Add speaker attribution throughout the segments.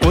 Speaker 1: 国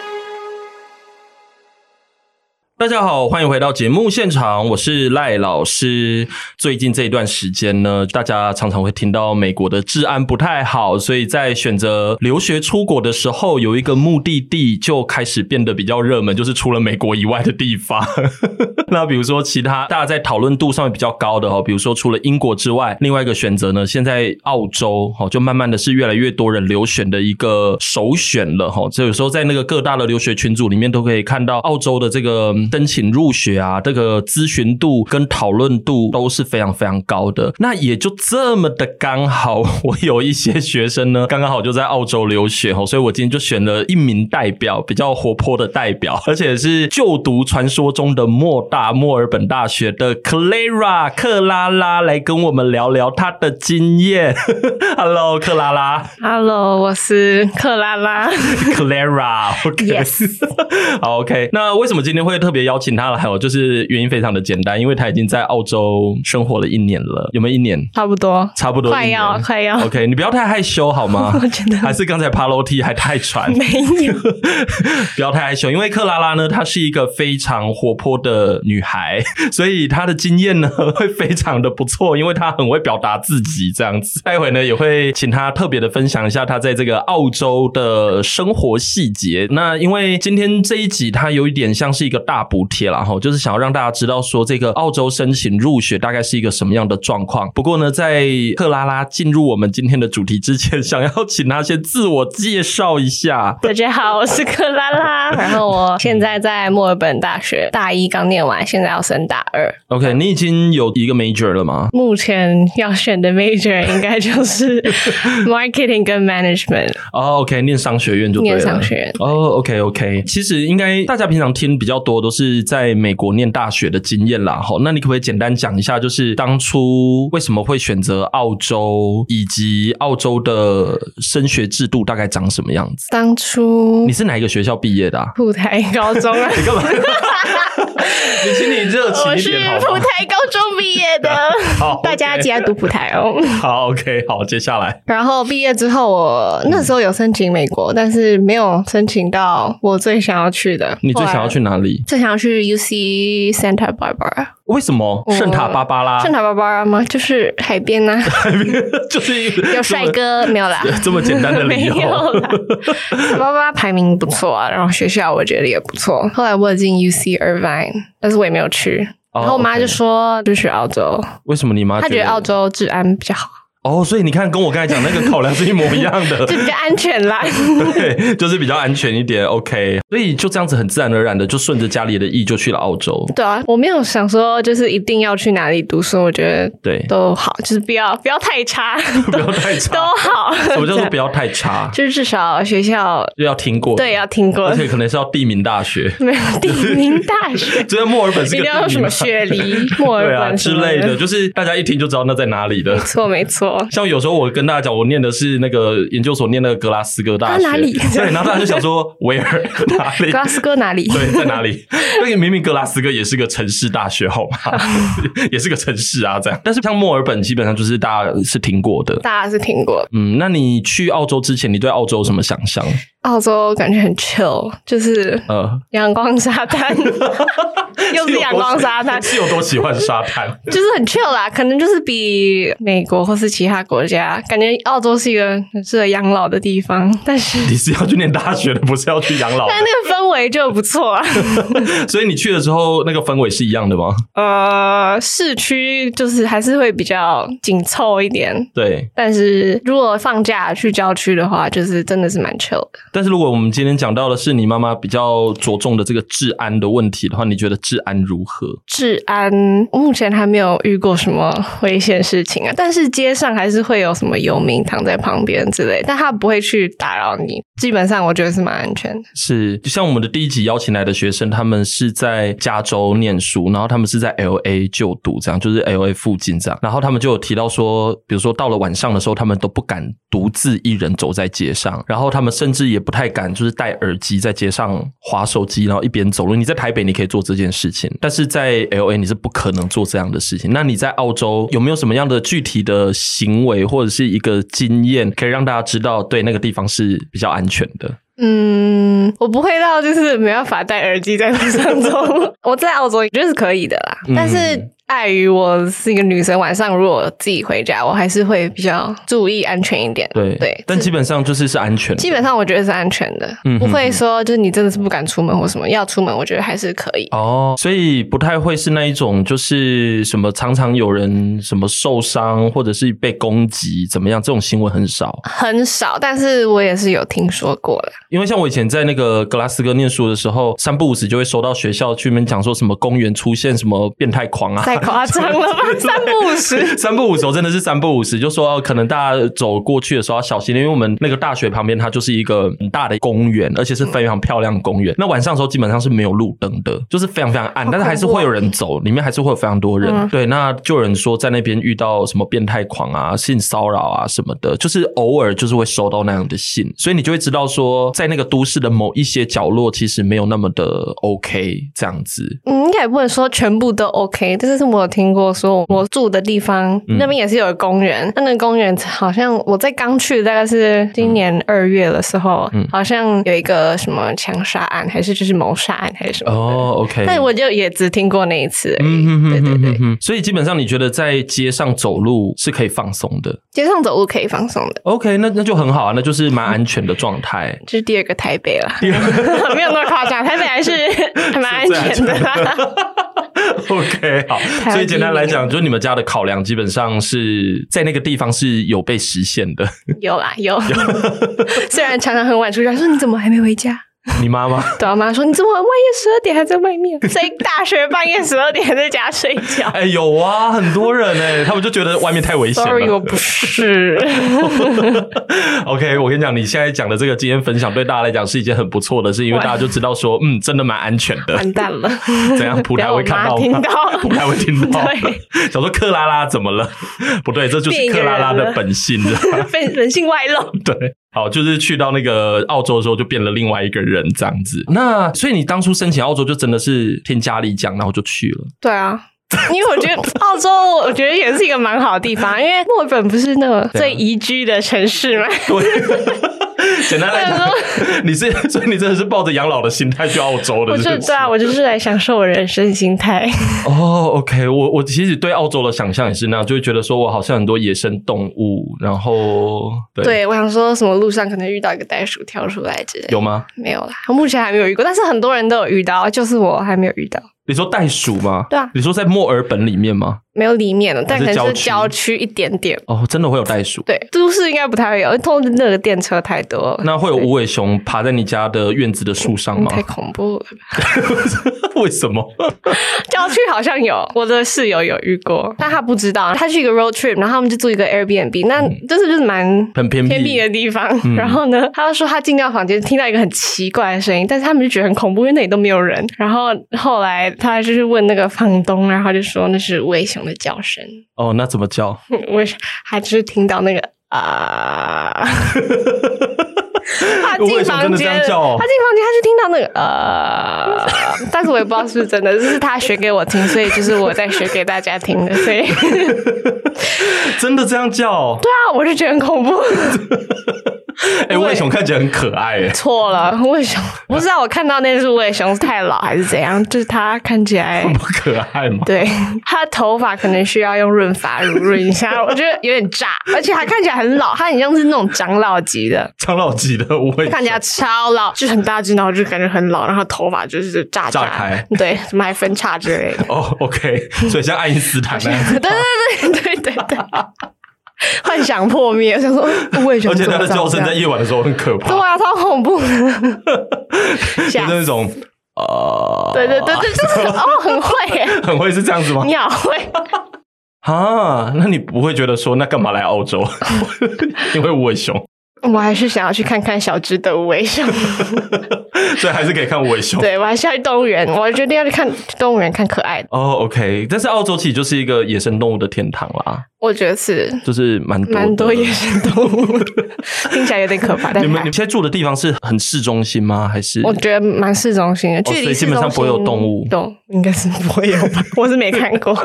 Speaker 1: 大家好，欢迎回到节目现场，我是赖老师。最近这一段时间呢，大家常常会听到美国的治安不太好，所以在选择留学出国的时候，有一个目的地就开始变得比较热门，就是除了美国以外的地方。 那比如说其他大家在讨论度上面比较高的哦，比如说除了英国之外，另外一个选择呢，现在澳洲哦，就慢慢的是越来越多人留学的一个首选了哈。这有时候在那个各大的留学群组里面都可以看到澳洲的这个嗯申请入学啊，这个咨询度跟讨论度都是非常非常高的。那也就这么的刚好，我有一些学生呢，刚刚好就在澳洲留学哦，所以我今天就选了一名代表，比较活泼的代表，而且是就读传说中的莫大墨尔本大学的 Clara 克拉拉来跟我们聊聊她的经验。Hello，克拉拉。
Speaker 2: Hello，我是克拉拉。
Speaker 1: Clara，OK，、好，OK。那 为什么今天会特别邀请她来哦？就是原因非常的简单，因为她已经在澳洲生活了一年了，有没有一年？
Speaker 2: 差不多，
Speaker 1: 差不多一
Speaker 2: 快
Speaker 1: 年
Speaker 2: 要快要，
Speaker 1: OK，你不要太害羞好吗？
Speaker 2: 我觉得
Speaker 1: 还是刚才爬楼梯还太喘，
Speaker 2: 没有
Speaker 1: 不要太害羞，因为克拉拉呢，她是一个非常活泼的女孩，所以她的经验呢会非常的不错，因为她很会表达自己这样子。待会呢也会请她特别的分享一下她在这个澳洲的生活细节。那因为今天这一集它有一点像是一个大补贴啦，哈，就是想要让大家知道说这个澳洲申请入学大概是一个什么样的状况。不过呢，在克拉拉进入我们今天的主题之前，想要请她先自我介绍一下。
Speaker 2: 大家好，我是克 拉拉。然后我现在在墨尔本大学，大一刚念完，现在要升大二。
Speaker 1: OK，你已经有一个 major 了吗？
Speaker 2: 目前要选的 major 应该就是 marketing 跟 management，
Speaker 1: 哦、o k 念商学院就对了。
Speaker 2: 念商学院。
Speaker 1: 哦、o k OK，其实应该大家平常听比较多都是在美国念大学的经验啦。好，那你可不可以简单讲一下，就是当初为什么会选择澳洲，以及澳洲的升学制度大概长什么样子？
Speaker 2: 当初？
Speaker 1: 你是哪一个学校毕业的、啊
Speaker 2: 普台高中 啊，
Speaker 1: 你干嘛？你请你热情
Speaker 2: 我
Speaker 1: 一
Speaker 2: 是
Speaker 1: 点好
Speaker 2: 普
Speaker 1: 吗？，
Speaker 2: 台高中毕业的
Speaker 1: 好，OK
Speaker 2: 大家记得读普台哦。
Speaker 1: 好，OK，好，接下来
Speaker 2: 然后毕业之后，我那时候有申请美国，但是没有申请到我最想要去的。
Speaker 1: 你最想要
Speaker 2: 后来？
Speaker 1: 去哪里？
Speaker 2: 最想要去 U C Santa Barbara，
Speaker 1: 为什么圣塔芭芭拉？
Speaker 2: 圣塔芭芭拉吗？就是海边 呐、
Speaker 1: 就是一个
Speaker 2: 有帅哥没有啦？
Speaker 1: 这么简单的理由
Speaker 2: 没有啦。圣塔芭芭拉排名不错啊，然后学校我觉得也不错。后来我有进 U C Irvine，但是我也没有去。
Speaker 1: 哦
Speaker 2: 然后我妈就说就去澳洲，
Speaker 1: 为什么你妈
Speaker 2: 她觉得澳洲治安比较好，
Speaker 1: 哦，所以你看，跟我刚才讲那个考量是一模一样的，
Speaker 2: 就比较安全啦。
Speaker 1: 对，就是比较安全一点。OK，所以就这样子很自然而然的就顺着家里的意就去了澳洲。
Speaker 2: 对啊，我没有想说就是一定要去哪里读书，我觉得
Speaker 1: 对，
Speaker 2: 都好，就是不要不要太差，
Speaker 1: 不要太
Speaker 2: 都
Speaker 1: 差。
Speaker 2: 好。
Speaker 1: 什么叫做不
Speaker 2: 要？
Speaker 1: 要太差？
Speaker 2: 就是至少学校
Speaker 1: 就要听过，
Speaker 2: 对，要听过
Speaker 1: 而，且可能是要地名大学，，
Speaker 2: 没有地名大 学
Speaker 1: 就在墨尔本是
Speaker 2: 一
Speaker 1: 个
Speaker 2: 定
Speaker 1: 地名
Speaker 2: 要
Speaker 1: 嘛
Speaker 2: 什么雪梨、 墨
Speaker 1: 对
Speaker 2: 尔
Speaker 1: 啊
Speaker 2: 本
Speaker 1: 之
Speaker 2: 什么
Speaker 1: 类的，。就是大家一听就知道那在哪里的
Speaker 2: 没。错，没错。
Speaker 1: 像有时候我跟大家讲，我念的是那个研究所，念那个格拉斯哥大学，
Speaker 2: 啊哪里
Speaker 1: 对，然后大家就想说 where 哪里
Speaker 2: 格？拉斯哥哪里？
Speaker 1: 对，在哪里？ 那个明明格拉斯哥也是个城市大学，好吗？ 也是个城市啊，这样。但是像墨尔本，基本上就是大家是听过的。
Speaker 2: 大家是听过。
Speaker 1: 嗯，那你去澳洲之前，你对澳洲有什么想象？
Speaker 2: 澳洲感觉很 chill，就是
Speaker 1: 呃，
Speaker 2: 阳光 沙滩， 又是阳光沙滩，
Speaker 1: 是有多喜欢沙滩？
Speaker 2: 就是很 chill 啦，可能就是比美国或是其他国家，感觉澳洲是一个很适合养老的地方，但是
Speaker 1: 你是要去念大学的，不是要去养 老的
Speaker 2: 但那个氛围就不错啊。
Speaker 1: 所以你去的时候，那个氛围是一样的吗？
Speaker 2: 呃，市区就是还是会比较紧凑一点，
Speaker 1: 对。
Speaker 2: 但是如果放假去郊区的话，就是真的是蛮 chill 的。
Speaker 1: 但是如果我们今天讲到的是你妈妈比较着重的这个治安的问题的话，你觉得治安如何？
Speaker 2: 治安目前还没有遇过什么危险事情啊，但是街上还是会有什么游民躺在旁边之类，但他不会去打扰你，基本上我觉得是蛮安全的。
Speaker 1: 是，就像我们的第一集邀请来的学生，他们是在加州念书，然后他们是在 L A 就读，这样就是 L A 附近这样。然后他们就有提到说，比如说到了晚上的时候，他们都不敢独自一人走在街上，然后他们甚至也不太敢，就是戴耳机在街上划手机，然后一边走路。你在台北你可以做这件事情，但是在 L A 你是不可能做这样的事情。那你在澳洲有没有什么样的具体的行为或者是一个经验，可以让大家知道对那个地方是比较安全的？
Speaker 2: 嗯，我不会到就是没办法戴耳机在路上走。 我在澳洲也觉得是可以的啦，
Speaker 1: 嗯
Speaker 2: 但是碍于我是一个女生，晚上如果自己回家，我还是会比较注意安全一点。
Speaker 1: 对
Speaker 2: 对，
Speaker 1: 但
Speaker 2: 是
Speaker 1: 基本上就是是安全的，
Speaker 2: 基本上我觉得是安全的，
Speaker 1: 嗯
Speaker 2: 不会
Speaker 1: 嗯
Speaker 2: 说就是你真的是不敢出门或什么，要出门我觉得还是可以。
Speaker 1: 哦，所以不太会是那一种，就是什么常常有人什么受伤或者是被攻击怎么样，这种新闻很少。
Speaker 2: 很少，但是我也是有听说过 啦。
Speaker 1: 因为像我以前在那个格拉斯哥念书的时候，三不五时就会收到学校去面讲说什么公园出现什么变态狂啊，
Speaker 2: 太夸张 了吧
Speaker 1: 对
Speaker 2: 三不五时
Speaker 1: 三不五时，我真的是三不五时，就说哦可能大家走过去的时候要小心，因为我们那个大学旁边它就是一个很大的公园，而且是非常漂亮的公园。那晚上的时候基本上是没有路灯的，就是非常非常暗，
Speaker 2: 好恐怖哦
Speaker 1: 但是还是会有人走，里面还是会有非常多人。
Speaker 2: 嗯
Speaker 1: 对，那就有人说在那边遇到什么变态狂啊、性骚扰啊什么的，就是偶尔就是会收到那样的信，所以你就会知道说，在那个都市的某一些角落，其实没有那么的 OK 这样子。
Speaker 2: 嗯，应该也不能说全部都 OK，但是我有听过说，我住的地方、
Speaker 1: 嗯
Speaker 2: 那边也是有公园，那那个公园好像我在刚去，大概是今年二月的时候，
Speaker 1: 嗯
Speaker 2: 好像有一个什么枪杀案，还是就是谋杀案还是什么的。
Speaker 1: 哦，OK，
Speaker 2: 但我就也只听过那一次而已。
Speaker 1: 嗯
Speaker 2: 对对对，
Speaker 1: 对。所以基本上你觉得在街上走路是可以放松的
Speaker 2: 街上走路可以放松的，
Speaker 1: ？OK，那那就很好啊，那就是蛮安全的状态。
Speaker 2: 这是第二个台北啦， 没有那么夸张，台北还 是啊还蛮安全的啦。
Speaker 1: OK，好，
Speaker 2: 湾
Speaker 1: 所以简单来讲，就是你们家的考量基本上是在那个地方是有被实现的。
Speaker 2: 有啦有， 虽然常常很晚出去，她说你怎么还没回家？
Speaker 1: 你妈妈
Speaker 2: 对我妈说你怎么半夜十二点还在外面？谁大学半夜十二点还在家睡觉
Speaker 1: 哎、有啊，很多人哎、 他们就觉得外面太危险
Speaker 2: ？Sorry，我
Speaker 1: 了。
Speaker 2: 不是。
Speaker 1: OK，我跟你讲，你现在讲的这个经验分享对大家来讲是一件很不错的事，因为大家就知道说，嗯，真的蛮安全 的。
Speaker 2: 完蛋了，
Speaker 1: 怎样？普
Speaker 2: 不
Speaker 1: 台
Speaker 2: 要我
Speaker 1: 会看
Speaker 2: 妈
Speaker 1: 到吗？
Speaker 2: 听到
Speaker 1: 普台会听到。
Speaker 2: 对
Speaker 1: 想说克拉拉怎么了？不对，这就是克拉拉的本性，知道吗
Speaker 2: 被人性外露。
Speaker 1: 对。好，就是去到那个澳洲的时候，就变了另外一个人这样子。那所以你当初申请澳洲，就真的是听家里讲，然后就去了。
Speaker 2: 对啊。因为我觉得澳洲，我觉得也是一个蛮好的地方，因为墨尔本不是那个
Speaker 1: 对啊
Speaker 2: 最宜居的城市嘛。
Speaker 1: 对， 简单来讲， 你是所以你真的是抱着养老的心态去澳洲的，
Speaker 2: 嗯我
Speaker 1: 是
Speaker 2: 就
Speaker 1: 不是
Speaker 2: 对啊，我就是来享受我人生心态。
Speaker 1: 哦、o k 我我其实对澳洲的想象也是那样，就会觉得说我好像很多野生动物，然后对
Speaker 2: 对，我想说什么路上可能遇到一个袋鼠跳出来之类的，
Speaker 1: 有吗？
Speaker 2: 没有啦，我目前还没有遇过，但是很多人都有遇到，就是我还没有遇到，
Speaker 1: 你说袋鼠吗？
Speaker 2: 对啊
Speaker 1: 你说在墨尔本里面吗？
Speaker 2: 没有里面的，但可能
Speaker 1: 还
Speaker 2: 是
Speaker 1: 是郊
Speaker 2: 郊
Speaker 1: 区
Speaker 2: 区一点点。
Speaker 1: 哦，真的会有袋鼠。
Speaker 2: 对，都市应该不太会有，通常那个电车太多了，
Speaker 1: 那会有无尾熊爬在你家的院子的树上
Speaker 2: 嗯
Speaker 1: 吗？
Speaker 2: 太恐怖了。
Speaker 1: 为什么？
Speaker 2: 郊区好像有，我的室友有遇过， 但他不知道，他去一个 road trip，然后他们就住一个 Airbnb，那就是就是蛮。
Speaker 1: 很嗯偏僻。
Speaker 2: 偏僻的地方，
Speaker 1: 嗯
Speaker 2: 然后呢，他就说他进到房间听到一个很奇怪的声音，但是他们就觉得很恐怖，因为那里都没有人。然后后来他就是问那个房东，然后他就说那是无尾熊的叫声。
Speaker 1: 哦，那怎么叫？
Speaker 2: 我是还只是听到那个啊。 他
Speaker 1: 我为
Speaker 2: 进
Speaker 1: 什么真
Speaker 2: 房
Speaker 1: 的这
Speaker 2: 间，
Speaker 1: 样
Speaker 2: 他进
Speaker 1: 叫哦
Speaker 2: 房间，他就听到那个呃，但是我也不知道是不是真的，这是他学给我听，所以就是我在学给大家听的，所以 对
Speaker 1: 真的这样叫？
Speaker 2: 啊，我就觉得很恐怖。啊
Speaker 1: 哎，无尾熊看起来很可爱哎。
Speaker 2: 错了，为什么不知道？我看到那只尾熊是太老还是怎样？就是它看起来
Speaker 1: 不可爱吗？
Speaker 2: 对，他头发可能需要用润发乳润一下，我觉得有点炸，而且他看起来很老，他很像是那种长老级的，
Speaker 1: 长老级的无尾熊
Speaker 2: 他 看起来超老，就是很大只，然后就感觉很老，然后头发就是炸
Speaker 1: 炸开，
Speaker 2: 对，什么还分叉之类的，
Speaker 1: 哦，OK，所以像爱因斯坦那 样，
Speaker 2: 对对对对对 对，幻想破灭，想说为什么
Speaker 1: 而且
Speaker 2: 这
Speaker 1: 它
Speaker 2: 么
Speaker 1: 的叫
Speaker 2: 早这
Speaker 1: 声
Speaker 2: 样？
Speaker 1: 在夜晚的时候很可
Speaker 2: 对
Speaker 1: 怕，
Speaker 2: 啊，超 恐怖的，
Speaker 1: 就是
Speaker 2: 吓死
Speaker 1: 那种呃，
Speaker 2: 对对对 对，就是哦，很会耶，
Speaker 1: 很会是这样子吗？
Speaker 2: 你好会。
Speaker 1: 啊，那你不会觉得说那干嘛来澳洲？ 因为无尾熊。
Speaker 2: 我还是想要去看看小只的无尾熊，
Speaker 1: 所以还是可以看尾熊。
Speaker 2: 对我还是要去动物园，我决定要去看动物园看可爱的，
Speaker 1: 哦，OK，但是澳洲其实就是一个野生动物的天堂啦，
Speaker 2: 我觉得是
Speaker 1: 就是蛮多的
Speaker 2: 蛮多野生动物的，听起来有点可怕，但
Speaker 1: 你们你
Speaker 2: 还
Speaker 1: 们现在住的地方是很市中心吗？还是
Speaker 2: 啊
Speaker 1: 哦
Speaker 2: 我觉得蛮市中心的，距
Speaker 1: 所
Speaker 2: 离
Speaker 1: 以基本上不会有动物
Speaker 2: 懂应该是不会有吧？我是没看 过，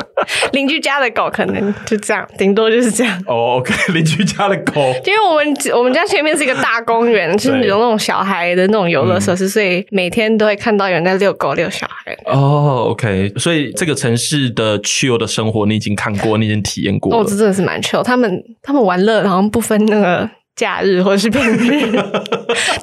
Speaker 2: 邻居家的狗可能就这样，顶多就是这样。
Speaker 1: 哦，OK，邻 居家的狗
Speaker 2: 因为我们我们家前面是一个大 公园，就是有那种小孩的那种游乐设
Speaker 1: 嗯
Speaker 2: 施，所以每天都会看到有人在遛狗、遛小孩。
Speaker 1: 哦，OK，所以这个城市的趣游的生活你已经看过，你已经体验过
Speaker 2: 哦，
Speaker 1: 了
Speaker 2: 这。真的是蛮 chill，他们他们玩乐好像不分那个假日或者是平 日，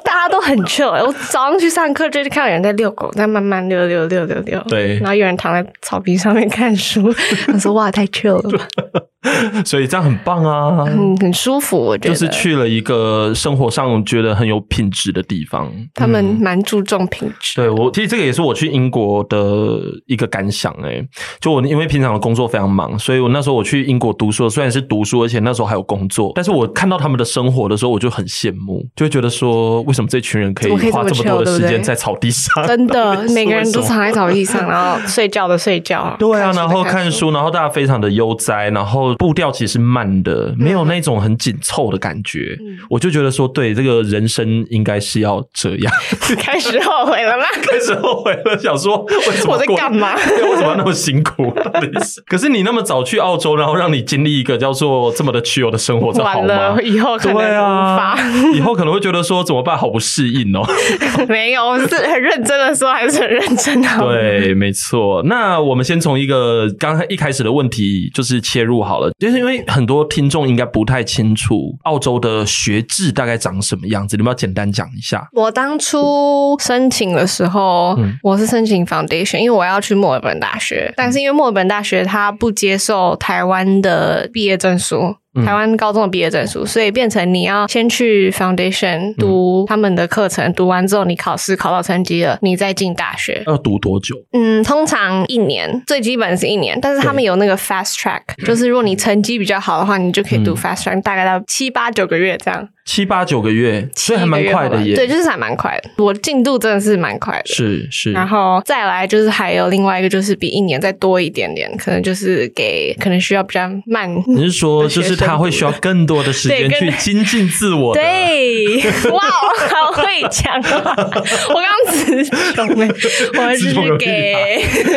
Speaker 2: 大家都很 chill、我欸早上去上课就是看到有人在遛狗，在慢慢溜溜溜溜溜，
Speaker 1: 对
Speaker 2: 然后有人躺在草坪上面看 书，我说哇，太 chill 了吧，
Speaker 1: 所以这样很棒啊，
Speaker 2: 嗯，很舒服，我
Speaker 1: 就
Speaker 2: 觉得。
Speaker 1: 是去了一个生活上觉得很有品质的地方。
Speaker 2: 他们
Speaker 1: 嗯
Speaker 2: 蛮注重品质，
Speaker 1: 对我，其实这个也是我去英国的一个感想诶、就我因为平常的工作非常忙，所以我那时候我去英国读书，虽然是读书，而且那时候还有工作，但是我看到他们的生活的时候，我就很羡慕，就会觉得说，为什么这群人可以
Speaker 2: 怎么可以这
Speaker 1: 花
Speaker 2: 么
Speaker 1: 这么多
Speaker 2: chill，对
Speaker 1: 的
Speaker 2: 不
Speaker 1: 时
Speaker 2: 对
Speaker 1: 间在草地上？
Speaker 2: 真的，每个人都
Speaker 1: 为什么
Speaker 2: 躺在草地上，然后睡觉的睡觉，
Speaker 1: 对啊，
Speaker 2: 看书的
Speaker 1: 然后 看
Speaker 2: 看
Speaker 1: 书，然后大家非常的悠哉，然后步调其实慢的，没
Speaker 2: 嗯
Speaker 1: 有那种很紧凑的感觉。我就觉得说，对这个人生应该是要这样。
Speaker 2: 开始后悔了吗？
Speaker 1: 开始后悔了，想说为什么
Speaker 2: 我在
Speaker 1: 过
Speaker 2: 干嘛
Speaker 1: 对 为什么要那么辛苦？到底 是可是你那么早去澳洲，然后让你经历一个叫做这么的屈游的生活，这好
Speaker 2: 完
Speaker 1: 吗
Speaker 2: 了，？以后可能
Speaker 1: 对
Speaker 2: 无
Speaker 1: 啊
Speaker 2: 法。，
Speaker 1: 以后可能会觉得说怎么办，好不适应哦。
Speaker 2: 没有，我是很认真的说，还是很认真的。，
Speaker 1: 对，没错。那我们先从一个刚刚一开始的问题就是切入好了，就是因为很多听众应该不太清楚澳洲的学制大概长什么样子，你们要简单讲一下。
Speaker 2: 我当初申请的时候，
Speaker 1: 嗯
Speaker 2: 我是申请 foundation，因为我要去墨尔本大学，但是因为墨尔本大学它不接受台湾的毕业证书。
Speaker 1: 嗯
Speaker 2: 台湾高中的毕业证书，所以变成你要先去
Speaker 1: 嗯
Speaker 2: foundation 读他们的课程，读完之后你考试考到成绩了，你再进大学。
Speaker 1: 要读多久？
Speaker 2: 嗯，通常一年最基本是一年，但是他们有那个 fast track，就是如果你成绩比较好的话，你就可以读
Speaker 1: 嗯
Speaker 2: fast track，、大概到七八九个月这样，
Speaker 1: 七八九个月，所以还蛮
Speaker 2: 七个月
Speaker 1: 快
Speaker 2: 后
Speaker 1: 的
Speaker 2: 吧
Speaker 1: 耶。
Speaker 2: 对，就是还蛮快的。我进度真的是蛮快的。
Speaker 1: 是是。
Speaker 2: 然后再来就是还有另外一个，就是比一年再多一点点，可能就是给可能需要比较慢。
Speaker 1: 你是说，就是他会需要更多的时间
Speaker 2: 对
Speaker 1: 去
Speaker 2: 更
Speaker 1: 精进自我的？
Speaker 2: 对，哇，好会讲话！我刚词穷 哎，我就
Speaker 1: 词穷
Speaker 2: 是
Speaker 1: 有
Speaker 2: 给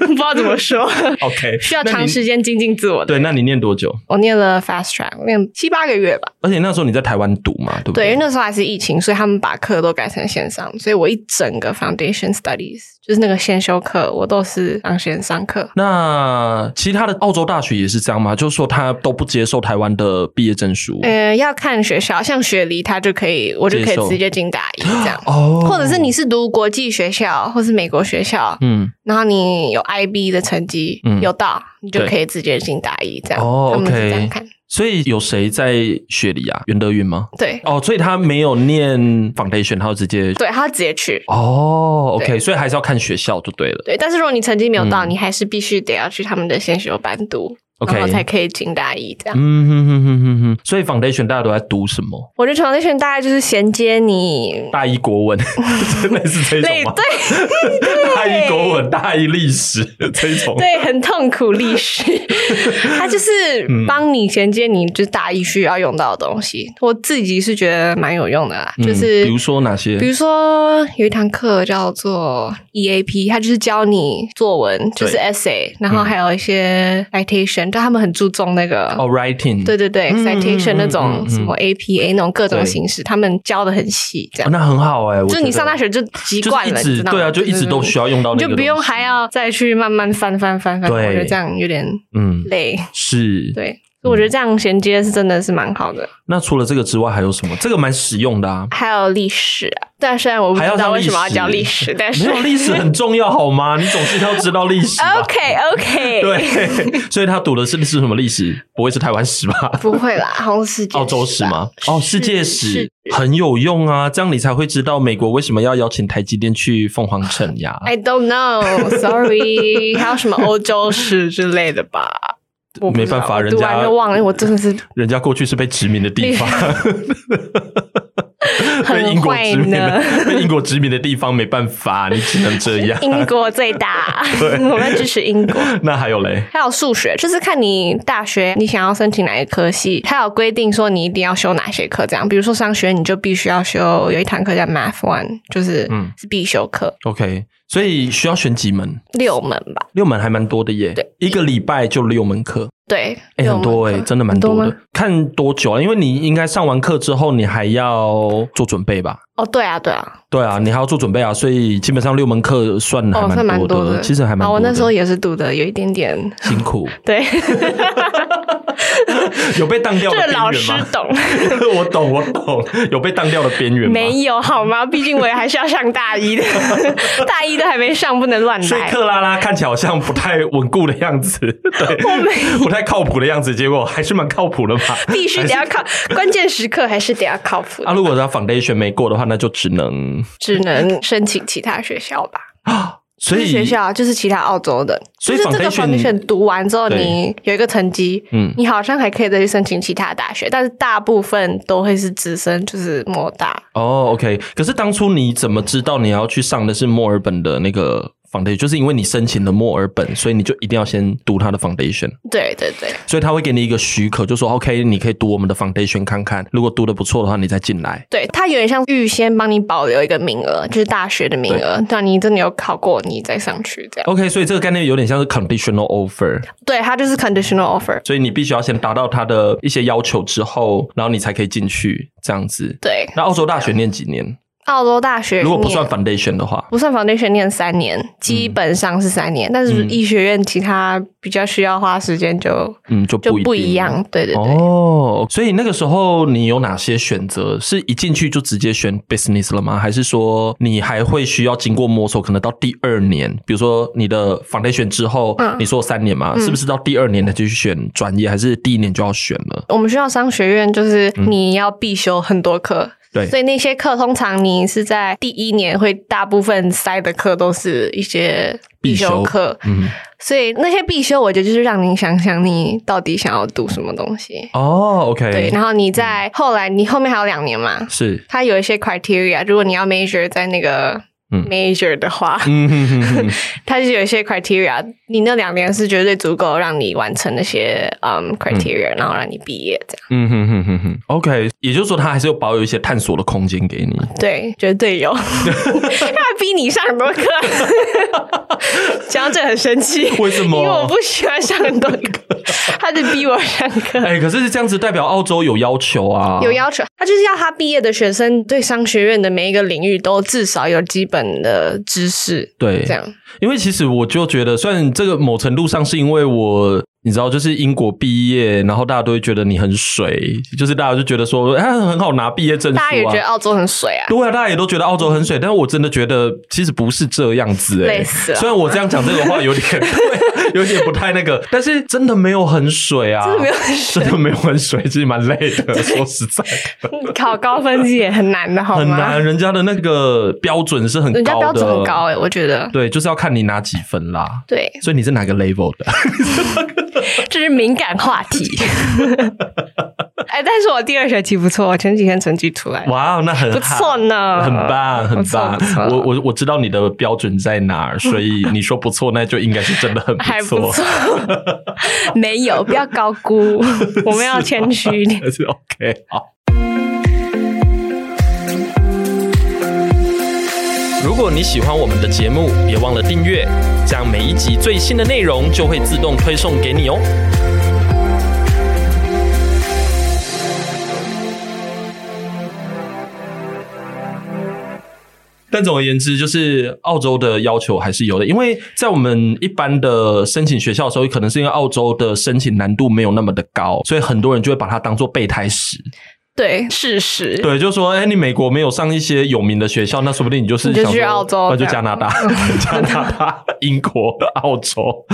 Speaker 2: 不知道怎么说，
Speaker 1: ，OK，
Speaker 2: 需要
Speaker 1: 那你
Speaker 2: 长时。间精进自我的
Speaker 1: 对，那你念多久？
Speaker 2: 我念了 fast track，我念七八个月吧。
Speaker 1: 而且那时候你在台湾读嘛，对不
Speaker 2: 对，
Speaker 1: 对
Speaker 2: 因为？那时候还是疫情，所以他们把课都改成线上，所以我一整个 foundation studies 就是那个先修课，我都是上线上课。
Speaker 1: 那其他的澳洲大学也是这样吗？就是说他都不接受台湾的毕业证书
Speaker 2: 呃，要看学校，像雪梨，它就可以，我就可
Speaker 1: 接受。
Speaker 2: 以直接进大一这样
Speaker 1: 哦，
Speaker 2: 或者是你是读国际学校，或是美国学校，
Speaker 1: 嗯
Speaker 2: 然后你有 IB 的成绩、
Speaker 1: 嗯
Speaker 2: 有到，你就
Speaker 1: 对
Speaker 2: 可以直接进大一这样。
Speaker 1: 哦
Speaker 2: 他们是这样
Speaker 1: ，OK
Speaker 2: 看。，
Speaker 1: 所以有谁在学里啊？袁德云吗？
Speaker 2: 对
Speaker 1: 哦，所以他没有念 foundation，他就直接
Speaker 2: 对，他直接去。
Speaker 1: 哦，OK，
Speaker 2: 对
Speaker 1: 所以还是要看学校就对了。
Speaker 2: 对，但是如果你成绩没有到，
Speaker 1: 嗯
Speaker 2: 你还是必须得要去他们的先修班读
Speaker 1: OK
Speaker 2: 然后才可以进大一这样。
Speaker 1: 嗯哼哼哼哼哼，所以 foundation 大家都在读什么？
Speaker 2: 我觉得 foundation 大概就是衔接你。
Speaker 1: 大一国文， 类似这种
Speaker 2: 对
Speaker 1: 吗？
Speaker 2: 对
Speaker 1: 大一国文、大一历史这种。
Speaker 2: 对，很痛苦历 史，它就是
Speaker 1: 嗯
Speaker 2: 帮你衔接你就是大一需要用到的东西。我自己是觉得蛮有用的啦，
Speaker 1: 嗯
Speaker 2: 就是
Speaker 1: 比如说哪些
Speaker 2: 比如说有一堂课叫做 EAP，它就是教你作文，就是
Speaker 1: 对嗯
Speaker 2: essay，然后还有一些 citation，、但他们很注重那个
Speaker 1: 哦，writing，
Speaker 2: 对对对、
Speaker 1: 嗯
Speaker 2: c i t a t i o
Speaker 1: 嗯
Speaker 2: n
Speaker 1: 嗯
Speaker 2: 那
Speaker 1: 嗯
Speaker 2: 种
Speaker 1: 嗯
Speaker 2: 什么 APA 那种各种
Speaker 1: 对
Speaker 2: 形式，他们教的很细，这
Speaker 1: 哦
Speaker 2: 样。
Speaker 1: 那很好哎，我
Speaker 2: 就
Speaker 1: 觉
Speaker 2: 你
Speaker 1: 得
Speaker 2: 上大学就习
Speaker 1: 就是
Speaker 2: 惯了，
Speaker 1: 一
Speaker 2: 你
Speaker 1: 直
Speaker 2: 知道吗
Speaker 1: 对啊，就一直都需。要用到
Speaker 2: 你
Speaker 1: 那
Speaker 2: 就
Speaker 1: 个，
Speaker 2: 不用还。要再去慢慢翻翻翻翻，我
Speaker 1: 对
Speaker 2: 觉得这样有点
Speaker 1: 嗯，
Speaker 2: 累。
Speaker 1: 是。
Speaker 2: 对，所以我觉得这样衔接是真的是蛮好的。
Speaker 1: 那除了这个之外还有什么？这个蛮实用的 啊。
Speaker 2: 还有历史啊，但虽然我不
Speaker 1: 还要
Speaker 2: 知道
Speaker 1: 上
Speaker 2: 为什么要
Speaker 1: 历史
Speaker 2: 教历史，但
Speaker 1: 没
Speaker 2: 是
Speaker 1: 有历史很重要好吗？你总是要知道历史吧。
Speaker 2: OK OK，，
Speaker 1: 对，所以他读的是是什么历史？不会是台湾史 吧？
Speaker 2: 不会啦，好像是世界
Speaker 1: 澳洲史
Speaker 2: 吧？
Speaker 1: 吗？哦，世界史
Speaker 2: 啊是
Speaker 1: 很有用啊，这样你才会知道美国为什么要邀请台积电去凤凰城呀。
Speaker 2: I don't know, sorry。还有什么欧洲史之类的吧？我不知道
Speaker 1: 没办法
Speaker 2: 我
Speaker 1: 人家
Speaker 2: 读完就忘了，因为我真的是
Speaker 1: 人家过去是被殖民的地方，被英
Speaker 2: 很
Speaker 1: 国
Speaker 2: 坏
Speaker 1: 殖民的
Speaker 2: 呢。
Speaker 1: 被英国殖民的地方没办 法，你只能这样。
Speaker 2: 英国最 大， 我们支持英国。
Speaker 1: 那还有嘞，
Speaker 2: 还有数学，就是看你大学你想要申请哪一科系，它有规定说你一定要修哪些课，这样。比如说商学，你就必须要修有一堂课叫 Math One，就是
Speaker 1: 嗯
Speaker 2: 是必修课，
Speaker 1: OK，所以需要选几门？
Speaker 2: 六门吧？
Speaker 1: 六门还蛮多的耶，
Speaker 2: 对，
Speaker 1: 一个礼拜就六门课，
Speaker 2: 对，
Speaker 1: 哎、
Speaker 2: 六
Speaker 1: 很
Speaker 2: 门
Speaker 1: 多哎、
Speaker 2: 课
Speaker 1: 真的蛮多
Speaker 2: 很
Speaker 1: 的
Speaker 2: 吗。
Speaker 1: 看多久啊？因为你应该上完课之后，你还要做准备吧？
Speaker 2: 哦，对啊，对啊，
Speaker 1: 对啊，你还要做准备啊，所以基本上六门课算还
Speaker 2: 哦，算
Speaker 1: 蛮
Speaker 2: 蛮
Speaker 1: 多的，
Speaker 2: 的。
Speaker 1: 其实还蛮
Speaker 2: 啊
Speaker 1: 多
Speaker 2: 我
Speaker 1: 的。
Speaker 2: 那时候也是读的有一点点，
Speaker 1: 辛苦，
Speaker 2: 对，
Speaker 1: 有被当掉
Speaker 2: 这
Speaker 1: 的
Speaker 2: 个
Speaker 1: 边
Speaker 2: 老
Speaker 1: 缘
Speaker 2: 师
Speaker 1: 吗？
Speaker 2: 懂
Speaker 1: 我懂，我懂，有被当掉的边缘吗？
Speaker 2: 没有好吗？毕竟我也还是要上大 一的，大一的还没上，不能乱
Speaker 1: 所以
Speaker 2: 来。
Speaker 1: 克拉拉看起来好像不太稳固的样 子，对，不太靠谱的样子，结果还是蛮靠谱 的嘛。
Speaker 2: 必须得要靠，关键时刻还是得要靠谱
Speaker 1: 啊，如果他 foundation 没过的话，那就只 能，
Speaker 2: 只能申请其他学校吧。
Speaker 1: 所
Speaker 2: 不
Speaker 1: 以
Speaker 2: 是学校啊就是其他澳洲的，
Speaker 1: 所以
Speaker 2: 就是这个
Speaker 1: foundation-
Speaker 2: foundation 读完之后，
Speaker 1: 对
Speaker 2: 你有一个成绩，
Speaker 1: 嗯
Speaker 2: 你好像还可以再去申请其他大学，但是大部分都会是直升，就是莫大。
Speaker 1: 哦，OK。可是当初你怎么知道你要去上的是墨尔本的那个 foundation？就是因为你申请了墨尔本，所以你就一定要先读他的 foundation，
Speaker 2: 对对对，
Speaker 1: 所以他会给你一个许可，就说 OK，你可以读我们的 foundation 看看，如果读的不错的话，你再进来。
Speaker 2: 对，它有点像预先帮你保留一个名额，就是大学的名额，让你真的有考过，你再上去这样。
Speaker 1: OK，所以这个概念有点像是 conditional offer，
Speaker 2: 对，它就是 conditional offer。
Speaker 1: 所以你必须要先达到他的一些要求之后，然后你才可以进去这样子。
Speaker 2: 对，
Speaker 1: 那澳洲大学念几年？
Speaker 2: 澳洲大学
Speaker 1: 如果不
Speaker 2: 念
Speaker 1: 算嗯 foundation 的话，
Speaker 2: 不算 foundation 念三年，基本上是三年，但是医学院其他比较需要花时间就
Speaker 1: 嗯，就
Speaker 2: 就
Speaker 1: 不一
Speaker 2: 不
Speaker 1: 定
Speaker 2: 一样。对对对，
Speaker 1: 哦，所以那个时候你有哪些选择？是一进去就直接选 business 了吗？还是说你还会需要经过摸索？可能到第二年，比如说你的 foundation 之后，
Speaker 2: 嗯
Speaker 1: 你说三年嘛，是不是到第二年才去选专业，还是第一年就要选了？
Speaker 2: 我们学校商学院就是你要必修很多课。
Speaker 1: 嗯对
Speaker 2: 所以那些课通常你是在第一年会大部分塞的课都是一些
Speaker 1: 必
Speaker 2: 必
Speaker 1: 修
Speaker 2: 修课，
Speaker 1: 嗯，
Speaker 2: 所以那些必修，我觉得就是让您想想你到底想要读什么东西。
Speaker 1: 哦，OK，
Speaker 2: 对，然后你在后来，你后面还有两年嘛，
Speaker 1: 是，
Speaker 2: 它有一些 criteria，如果你要 major 在那个
Speaker 1: 嗯
Speaker 2: major 的话，
Speaker 1: 嗯哼哼哼，
Speaker 2: 它是有一些 criteria，你那两年是绝对足够让你完成那些嗯 criteria，、然后让你毕业这样。
Speaker 1: 嗯哼哼哼哼，OK，也就是说他还是有保有一些探索的空间给你。
Speaker 2: 对，绝对 有，他逼你上很多 课，讲到这很生气。
Speaker 1: 为什
Speaker 2: 因
Speaker 1: 么？
Speaker 2: 为我不喜欢上很多课，他就逼我上课。
Speaker 1: 哎、可是这样子代表澳洲有要求啊，
Speaker 2: 有要求，他就是要他毕业的学生对商学院的每一个领域都至少有基本的知识，
Speaker 1: 对，啊
Speaker 2: 这样。
Speaker 1: 因为其实我就觉得，虽然这个某程度上是因为我，你知道，就是英国毕业，然后大家都会觉得你很水，就是大家就觉得说，哎，很好拿毕业证书
Speaker 2: 大家也觉得
Speaker 1: 啊。
Speaker 2: 澳洲很水啊，
Speaker 1: 对啊，大家也都觉得澳洲很水，但是我真的觉得其实不是这样子哎、
Speaker 2: 累死了
Speaker 1: 虽然我这样讲这个话有点对有点不太那个，但是真的没有很水啊，
Speaker 2: 真的没有很 水
Speaker 1: 真的没有很水，其实蛮累的。说实在的，
Speaker 2: 考高分是也很难的，好
Speaker 1: 很
Speaker 2: 吗？
Speaker 1: 难，人家的那个标准是很高的，
Speaker 2: 人家标准很高哎、我觉得。
Speaker 1: 对，就是要看你拿几分啦。
Speaker 2: 对，
Speaker 1: 所以你是哪个 level 的？
Speaker 2: 这是敏感话题。 哎，但是我第二学期不错，我前几天成绩出来了，
Speaker 1: 哇，那很
Speaker 2: 不
Speaker 1: 好
Speaker 2: 错呢
Speaker 1: 很棒，很
Speaker 2: 不错
Speaker 1: 棒
Speaker 2: 不。错
Speaker 1: 我我我知道你的标准在哪儿，所 以你说不错，那就应该是真的很
Speaker 2: 还
Speaker 1: 错
Speaker 2: 不。错。 没有，不要高估，我们要谦虚一点。
Speaker 1: 是啊 OK，好。如果你喜欢我们的节目，别忘了订阅，这样每一集最新的内容就会自动推送给你哦。但总而言之，就是澳洲的要求还是有的，因为在我们一般的申请学校的时候，可能是因为澳洲的申请难度没有那么的高，所以很多人就会把它当做备胎使。
Speaker 2: 对，事实。
Speaker 1: 对，就说，哎、你美国没有上一些有名的学校，那说不定你就是
Speaker 2: 你就
Speaker 1: 想
Speaker 2: 去
Speaker 1: 说
Speaker 2: 澳洲
Speaker 1: 那就
Speaker 2: 这
Speaker 1: 加
Speaker 2: 样
Speaker 1: 拿 大、加拿大、英国、澳洲，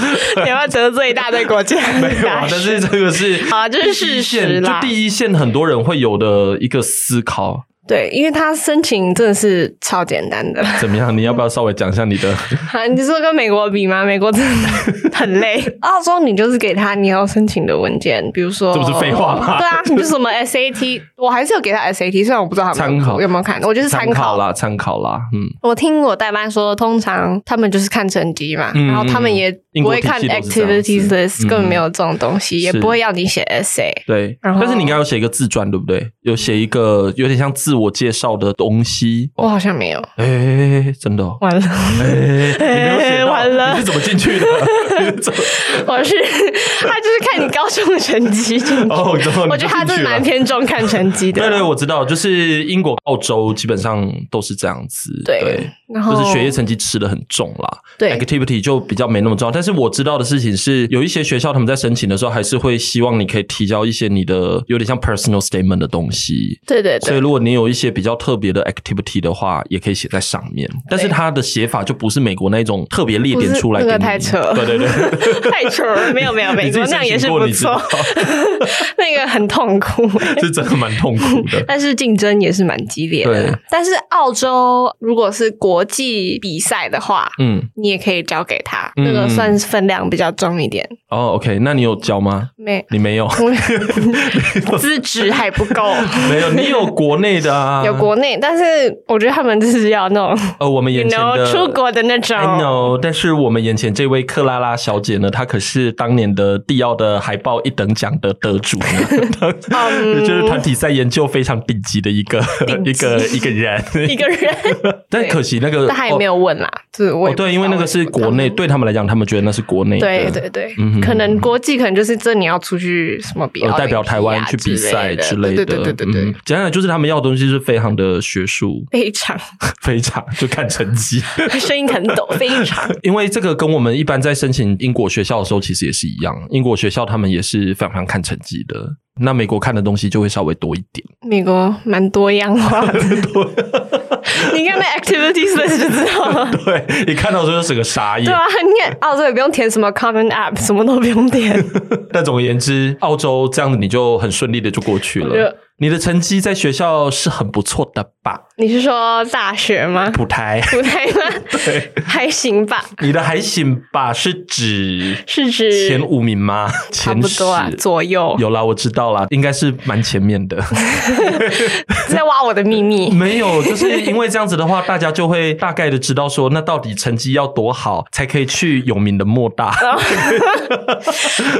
Speaker 2: 你要不要得罪一大堆国家？
Speaker 1: 没有啊，但是这个是
Speaker 2: 啊好这
Speaker 1: 第一
Speaker 2: 是事
Speaker 1: 线
Speaker 2: 实啦
Speaker 1: 就第一线很多人会有的一个思考。
Speaker 2: 对，因为他申请真的是超简单的。
Speaker 1: 怎么样？你要不要稍微讲一下你的？
Speaker 2: 啊，你说跟美国比吗？美国真的很 累。澳洲啊你就是给他你要申请的文件，比如说，
Speaker 1: 这不是废话吗
Speaker 2: 对啊，你就什么 SAT，我还是有给他 SAT，虽然我不知道他有没有
Speaker 1: 参考
Speaker 2: 有没有看，我就是
Speaker 1: 参
Speaker 2: 参考。
Speaker 1: 啦，参考啦，嗯，
Speaker 2: 我听我代班说，通常他们就是看成绩嘛，
Speaker 1: 嗯
Speaker 2: 然后他们也不会看
Speaker 1: 英国体系都是这
Speaker 2: activities
Speaker 1: 样子
Speaker 2: list，、
Speaker 1: 嗯
Speaker 2: 根本没有这种东西，也
Speaker 1: 是
Speaker 2: 不会要你写 essay。
Speaker 1: 对。
Speaker 2: 然后
Speaker 1: 但是你应该有写一个自传，对不对？有写一个有点像自我介绍的东西。
Speaker 2: 我好像 没有，
Speaker 1: 哎、真的、哦，
Speaker 2: 完了，
Speaker 1: 哎、你没有写到，
Speaker 2: 完了
Speaker 1: 你是怎么进去 的？你是怎么？
Speaker 2: 我是他就是看你高中的成绩进去。
Speaker 1: 哦，怎么？
Speaker 2: 我觉得他
Speaker 1: 你就进
Speaker 2: 真
Speaker 1: 去
Speaker 2: 的
Speaker 1: 了
Speaker 2: 蛮偏重看成绩 的。
Speaker 1: 对对，我知道，就是英国、澳洲基本上都是这样子，
Speaker 2: 对然后
Speaker 1: 就是学业成绩吃的很重啦。
Speaker 2: 对
Speaker 1: activity 就比较没那么重要。但是我知道的事情是，有一些学校他们在申请的时候，还是会希望你可以提交一些你的有点像 personal statement 的东西。
Speaker 2: 对对
Speaker 1: 所以，
Speaker 2: 对，
Speaker 1: 如果你有一些比较特别的 activity 的话，也可以写在上面。但是它的写法就不是美国那一种特别列点出来给你，
Speaker 2: 不是那个太扯了
Speaker 1: 对对对，
Speaker 2: 太扯了，没有 没有没
Speaker 1: 你
Speaker 2: 有，
Speaker 1: 自己
Speaker 2: 那样也
Speaker 1: 申
Speaker 2: 是
Speaker 1: 请过
Speaker 2: 不
Speaker 1: 你知
Speaker 2: 错
Speaker 1: 道，
Speaker 2: 那个很痛苦。
Speaker 1: 是真的蛮痛苦的。
Speaker 2: 但是竞争也是蛮激烈
Speaker 1: 对
Speaker 2: 的。但是澳洲如果是国际比赛的话，
Speaker 1: 嗯，
Speaker 2: 你也可以交给他，
Speaker 1: 嗯
Speaker 2: 那个算是分量比较重一点。
Speaker 1: 哦，OK，那你有交吗？
Speaker 2: 没，
Speaker 1: 你没有。
Speaker 2: 我资质还不 够。
Speaker 1: 没有，你有国内的啊，
Speaker 2: 有国内，但是我觉得他们就是要那种
Speaker 1: 呃，我们
Speaker 2: you
Speaker 1: 眼前
Speaker 2: know
Speaker 1: 的
Speaker 2: 出国的那种
Speaker 1: I
Speaker 2: 哦
Speaker 1: know，但是我们眼前这位克拉拉小姐呢，她可是当年的蒂奥的海报一等奖的得主呢， 就是团体赛研究非常顶级的一个 一个一个人。
Speaker 2: 一个人，
Speaker 1: 但
Speaker 2: 对
Speaker 1: 可惜那个，
Speaker 2: 但他也
Speaker 1: 有
Speaker 2: 没有问啦，就是我
Speaker 1: 哦
Speaker 2: 也不知道
Speaker 1: 对，因为那个是国内，对他们来讲，他们觉得那是国内的
Speaker 2: 对对对
Speaker 1: 嗯，
Speaker 2: 可能国际可能就是这你要出去什么比
Speaker 1: 呃
Speaker 2: 奥
Speaker 1: 代表
Speaker 2: 林匹
Speaker 1: 台湾
Speaker 2: 亚
Speaker 1: 去比赛
Speaker 2: 之
Speaker 1: 之类的，
Speaker 2: 对对对对对
Speaker 1: 嗯
Speaker 2: 对，
Speaker 1: 简单来就是他们要的东西是非常的学术，
Speaker 2: 非常
Speaker 1: 非常就看成绩。
Speaker 2: 声音很 抖，非常
Speaker 1: 因为这个跟我们一般在申请英国学校的时候其实也是一样，英国学校他们也是非常非常看成绩的。那美国看的东西就会稍微多一点，
Speaker 2: 美国蛮多样 化的，你看那 activities list 就知道 了。
Speaker 1: 对，一看到就是整个傻眼
Speaker 2: 对。啊，你看澳洲也不用填什么 common app，什么都不用填，
Speaker 1: 但总而言之，澳洲这样子你就很顺利的就过去
Speaker 2: 我觉
Speaker 1: 了
Speaker 2: 得。
Speaker 1: 你的成绩在学校是很不错的吧？
Speaker 2: 你是说大学吗？
Speaker 1: 普台，
Speaker 2: 不太 吗？
Speaker 1: 对，
Speaker 2: 还行吧，
Speaker 1: 你的还行吧？是指
Speaker 2: 是指
Speaker 1: 前五名吗？
Speaker 2: 差
Speaker 1: 前
Speaker 2: 不
Speaker 1: 十
Speaker 2: 多啊左右，
Speaker 1: 有啦，我知道啦，应该是蛮前面的。
Speaker 2: 在挖我的秘 密。
Speaker 1: 没有，就是因为这样子的话，大家就会大概的知道说，那到底成绩要多好才可以去有名的莫大？
Speaker 2: 哦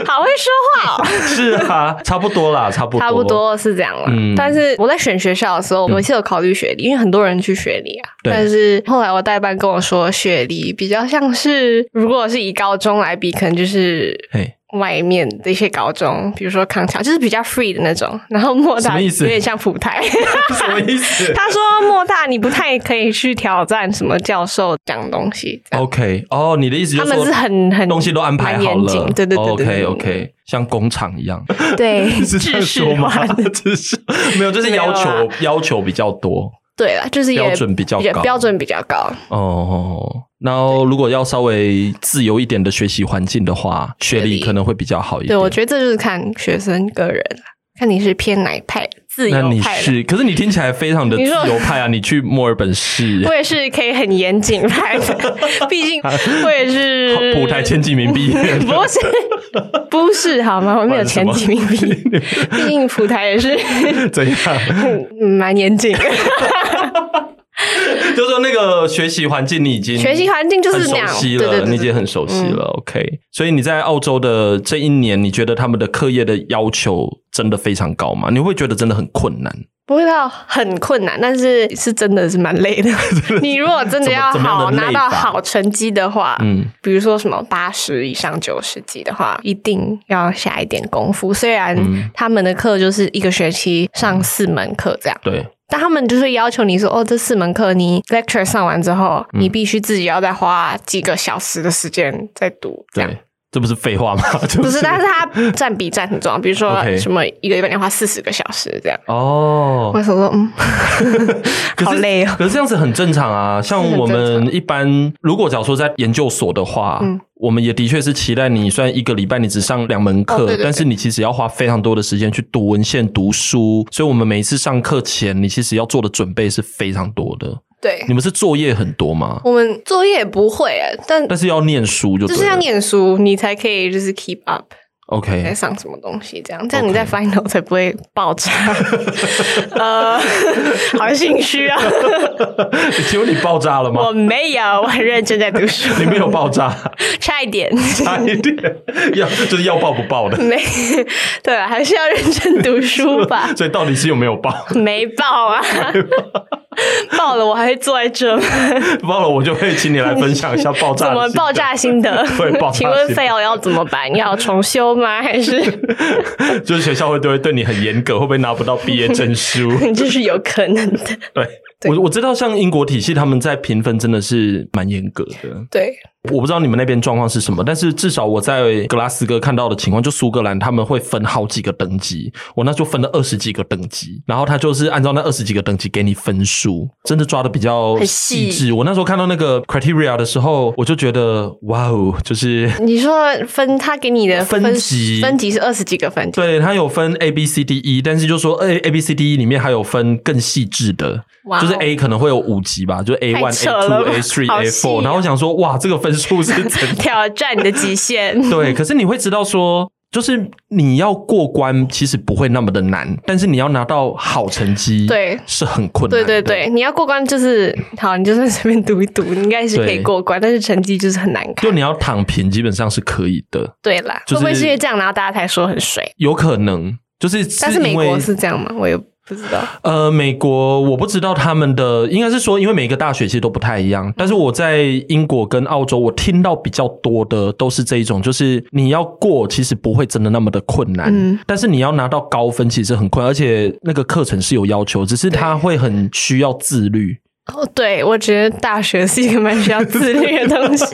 Speaker 2: 好会说话、哦。
Speaker 1: 是啊，差不多啦，差不多，
Speaker 2: 差不。多是这样了。
Speaker 1: 嗯
Speaker 2: 但是我在选学校的时候，我是有考虑学历，因为很多人去学历啊。
Speaker 1: 对
Speaker 2: 但是后来我代班跟我说，学历比较像是，如果是以高中来比，可能就是
Speaker 1: 嘿，
Speaker 2: 外面的一些高中，比如说康桥，就是比较 free 的那种。然后莫
Speaker 1: 什
Speaker 2: 大
Speaker 1: 么意
Speaker 2: 有
Speaker 1: 思
Speaker 2: 点像普 台。
Speaker 1: 什么意思
Speaker 2: 他说莫大你不太可以去挑战什么教授讲东西，这样
Speaker 1: ？OK，哦，你的意思就是
Speaker 2: 他们是
Speaker 1: 说
Speaker 2: 很很
Speaker 1: 东西都安排好
Speaker 2: 蛮严
Speaker 1: 了
Speaker 2: 谨，对对对对对
Speaker 1: OK OK，像工厂一 样，
Speaker 2: 对，
Speaker 1: 是这样
Speaker 2: 知识
Speaker 1: 说吗
Speaker 2: 化的。？
Speaker 1: 只是没有，就是要 求
Speaker 2: 没有
Speaker 1: 要求比较多，
Speaker 2: 对啦，就是也
Speaker 1: 标准比较
Speaker 2: 也
Speaker 1: 高
Speaker 2: 标准比较高。
Speaker 1: 哦。然后如果要稍微自由一点的学习环境的话，学历可能会比较好一点。
Speaker 2: 对，我觉得这就是看学生个人啦，看你是偏哪一派，自由
Speaker 1: 那你
Speaker 2: 派的。
Speaker 1: 是，可是你听起来非常的自
Speaker 2: 你说
Speaker 1: 由派啊！你去墨尔本 市，
Speaker 2: 我也是可以很严谨派 的，毕竟我也是
Speaker 1: 舞台前几名毕业的，
Speaker 2: 不是不是好吗？我没有前几名毕业，
Speaker 1: 毕业，
Speaker 2: 毕竟普台也是
Speaker 1: 怎样？
Speaker 2: 嗯蛮严谨的，
Speaker 1: 就说那个学习环境，你已经
Speaker 2: 学习环境就是那
Speaker 1: 很
Speaker 2: 样，
Speaker 1: 熟悉
Speaker 2: 对
Speaker 1: 了，
Speaker 2: 对
Speaker 1: 你
Speaker 2: 对嗯
Speaker 1: 已经
Speaker 2: 对，
Speaker 1: 很熟悉了。OK，所以你在澳洲的这一年，你觉得他们的课业的要求真的非常高吗？你会觉得真的很困难？
Speaker 2: 不会到很困难，但是是真的是蛮累 的。 你如果真的要
Speaker 1: 怎么怎么样
Speaker 2: 好
Speaker 1: 的累
Speaker 2: 拿到
Speaker 1: 法
Speaker 2: 好成绩的话，
Speaker 1: 嗯，
Speaker 2: 比如说什么八十以上九十级的话，一定要下一点功夫。虽然
Speaker 1: 嗯
Speaker 2: 他们的课就是一个学期上四门课这样，
Speaker 1: 对，
Speaker 2: 但他们就是要求你说，哦，这四门课你
Speaker 1: 嗯
Speaker 2: lecture 上完之后，你必须自己要再花几个小时的时间再读这样
Speaker 1: 对。这不是废话吗？ 就
Speaker 2: 不是，但是它占比占很重要，啊比如说
Speaker 1: OK
Speaker 2: 什么一个礼拜你要花四十个小时这样。
Speaker 1: 哦，
Speaker 2: 我想说，嗯，
Speaker 1: 可
Speaker 2: 好
Speaker 1: 是
Speaker 2: 累哦。
Speaker 1: 可是这样子很正常啊，像
Speaker 2: 是很
Speaker 1: 我
Speaker 2: 正
Speaker 1: 们一般，如果假如说在研究所的话，
Speaker 2: 嗯
Speaker 1: 我们也的确是期待你，虽然一个礼拜你只上两门课，
Speaker 2: 哦对对
Speaker 1: 但是你其实要花非常多的时间去读文献、读书，所以我们每一次上课前，你其实要做的准备是非常多的。
Speaker 2: 对
Speaker 1: 你，们是作业很多吗？
Speaker 2: 我们作业也不会欸，但
Speaker 1: 但是啊要念书就
Speaker 2: 就
Speaker 1: 对
Speaker 2: 是要
Speaker 1: 了。
Speaker 2: 念书，你才可以就是 keep up 在
Speaker 1: OK，
Speaker 2: 上什么东西，这样这样你在 final 才不会 爆炸。呃， 好心 虚啊，
Speaker 1: 请问你爆炸了吗
Speaker 2: 我？没有，我很认真在读书，
Speaker 1: 你没有爆炸，
Speaker 2: 差一点。
Speaker 1: 差一点，要就是要爆不爆的。
Speaker 2: 没，对啊，还是要认真读书吧
Speaker 1: 。所以到底是有没有爆？
Speaker 2: 没爆啊，爆了我还会坐在这吗？
Speaker 1: 爆了，我就会请你来分享一下爆炸
Speaker 2: 怎
Speaker 1: 的
Speaker 2: 么
Speaker 1: 心得
Speaker 2: 爆炸心得
Speaker 1: 对爆炸心得？
Speaker 2: 请问 fail 要怎么办？要重修吗？还是
Speaker 1: 就是学校会对对你很严格，会不会拿不到毕业证 书？
Speaker 2: 这是有可能的？
Speaker 1: 对。
Speaker 2: 对
Speaker 1: 我我知道，像英国体系，他们在评分真的是蛮严格的。
Speaker 2: 对，
Speaker 1: 我不知道你们那边状况是什么，但是至少我在格拉斯哥看到的情况，就苏格兰他们会分好几个等级，我那就分了二十几个等级，然后他就是按照那二十几个等级给你分数，真的抓的比较
Speaker 2: 很
Speaker 1: 细
Speaker 2: 细
Speaker 1: 致。我那时候看到那个 criteria 的时候，我就觉得哇哦，就是
Speaker 2: 你说分他给你的
Speaker 1: 分级
Speaker 2: 分级是二十几个分级，
Speaker 1: 对，它有分 A B C D E，但是就说 A A B C D E 里面还有分更细致的，
Speaker 2: 哇哦
Speaker 1: 就是 A 可能会有五级吧，就是 A
Speaker 2: 太
Speaker 1: one、
Speaker 2: 扯
Speaker 1: A
Speaker 2: 了
Speaker 1: two、
Speaker 2: 吧
Speaker 1: A three、
Speaker 2: 好
Speaker 1: A
Speaker 2: 细
Speaker 1: four，
Speaker 2: 哦
Speaker 1: 然后我想说，哇，这个分数是怎
Speaker 2: 挑战你的极限。
Speaker 1: 对？可是你会知道说，就是你要过关其实不会那么的难，但是你要拿到好成绩，
Speaker 2: 对
Speaker 1: 是很困难
Speaker 2: 对
Speaker 1: 的。
Speaker 2: 对对，你要过关就是好，你就算随便读一读，你应该是可以
Speaker 1: 对
Speaker 2: 过关，但是成绩就是很难看
Speaker 1: 就。你要躺平，基本上是可以的，
Speaker 2: 对啦，
Speaker 1: 就是
Speaker 2: 会不会是因为这样，然后大家才说很水？
Speaker 1: 有可能。就是
Speaker 2: 但是美
Speaker 1: 因为
Speaker 2: 国是这样吗？我也不知道。
Speaker 1: 呃，美国我不知道他们的，应该是说，因为每个大学其实都不太一样。但是我在英国跟澳洲，我听到比较多的都是这一种，就是你要过，其实不会真的那么的困难，
Speaker 2: 嗯
Speaker 1: 但是你要拿到高分其实很困难，而且那个课程是有要求，只是它会很需要自律。
Speaker 2: 哦，对，我觉得大学是一个蛮需要自律的东 西，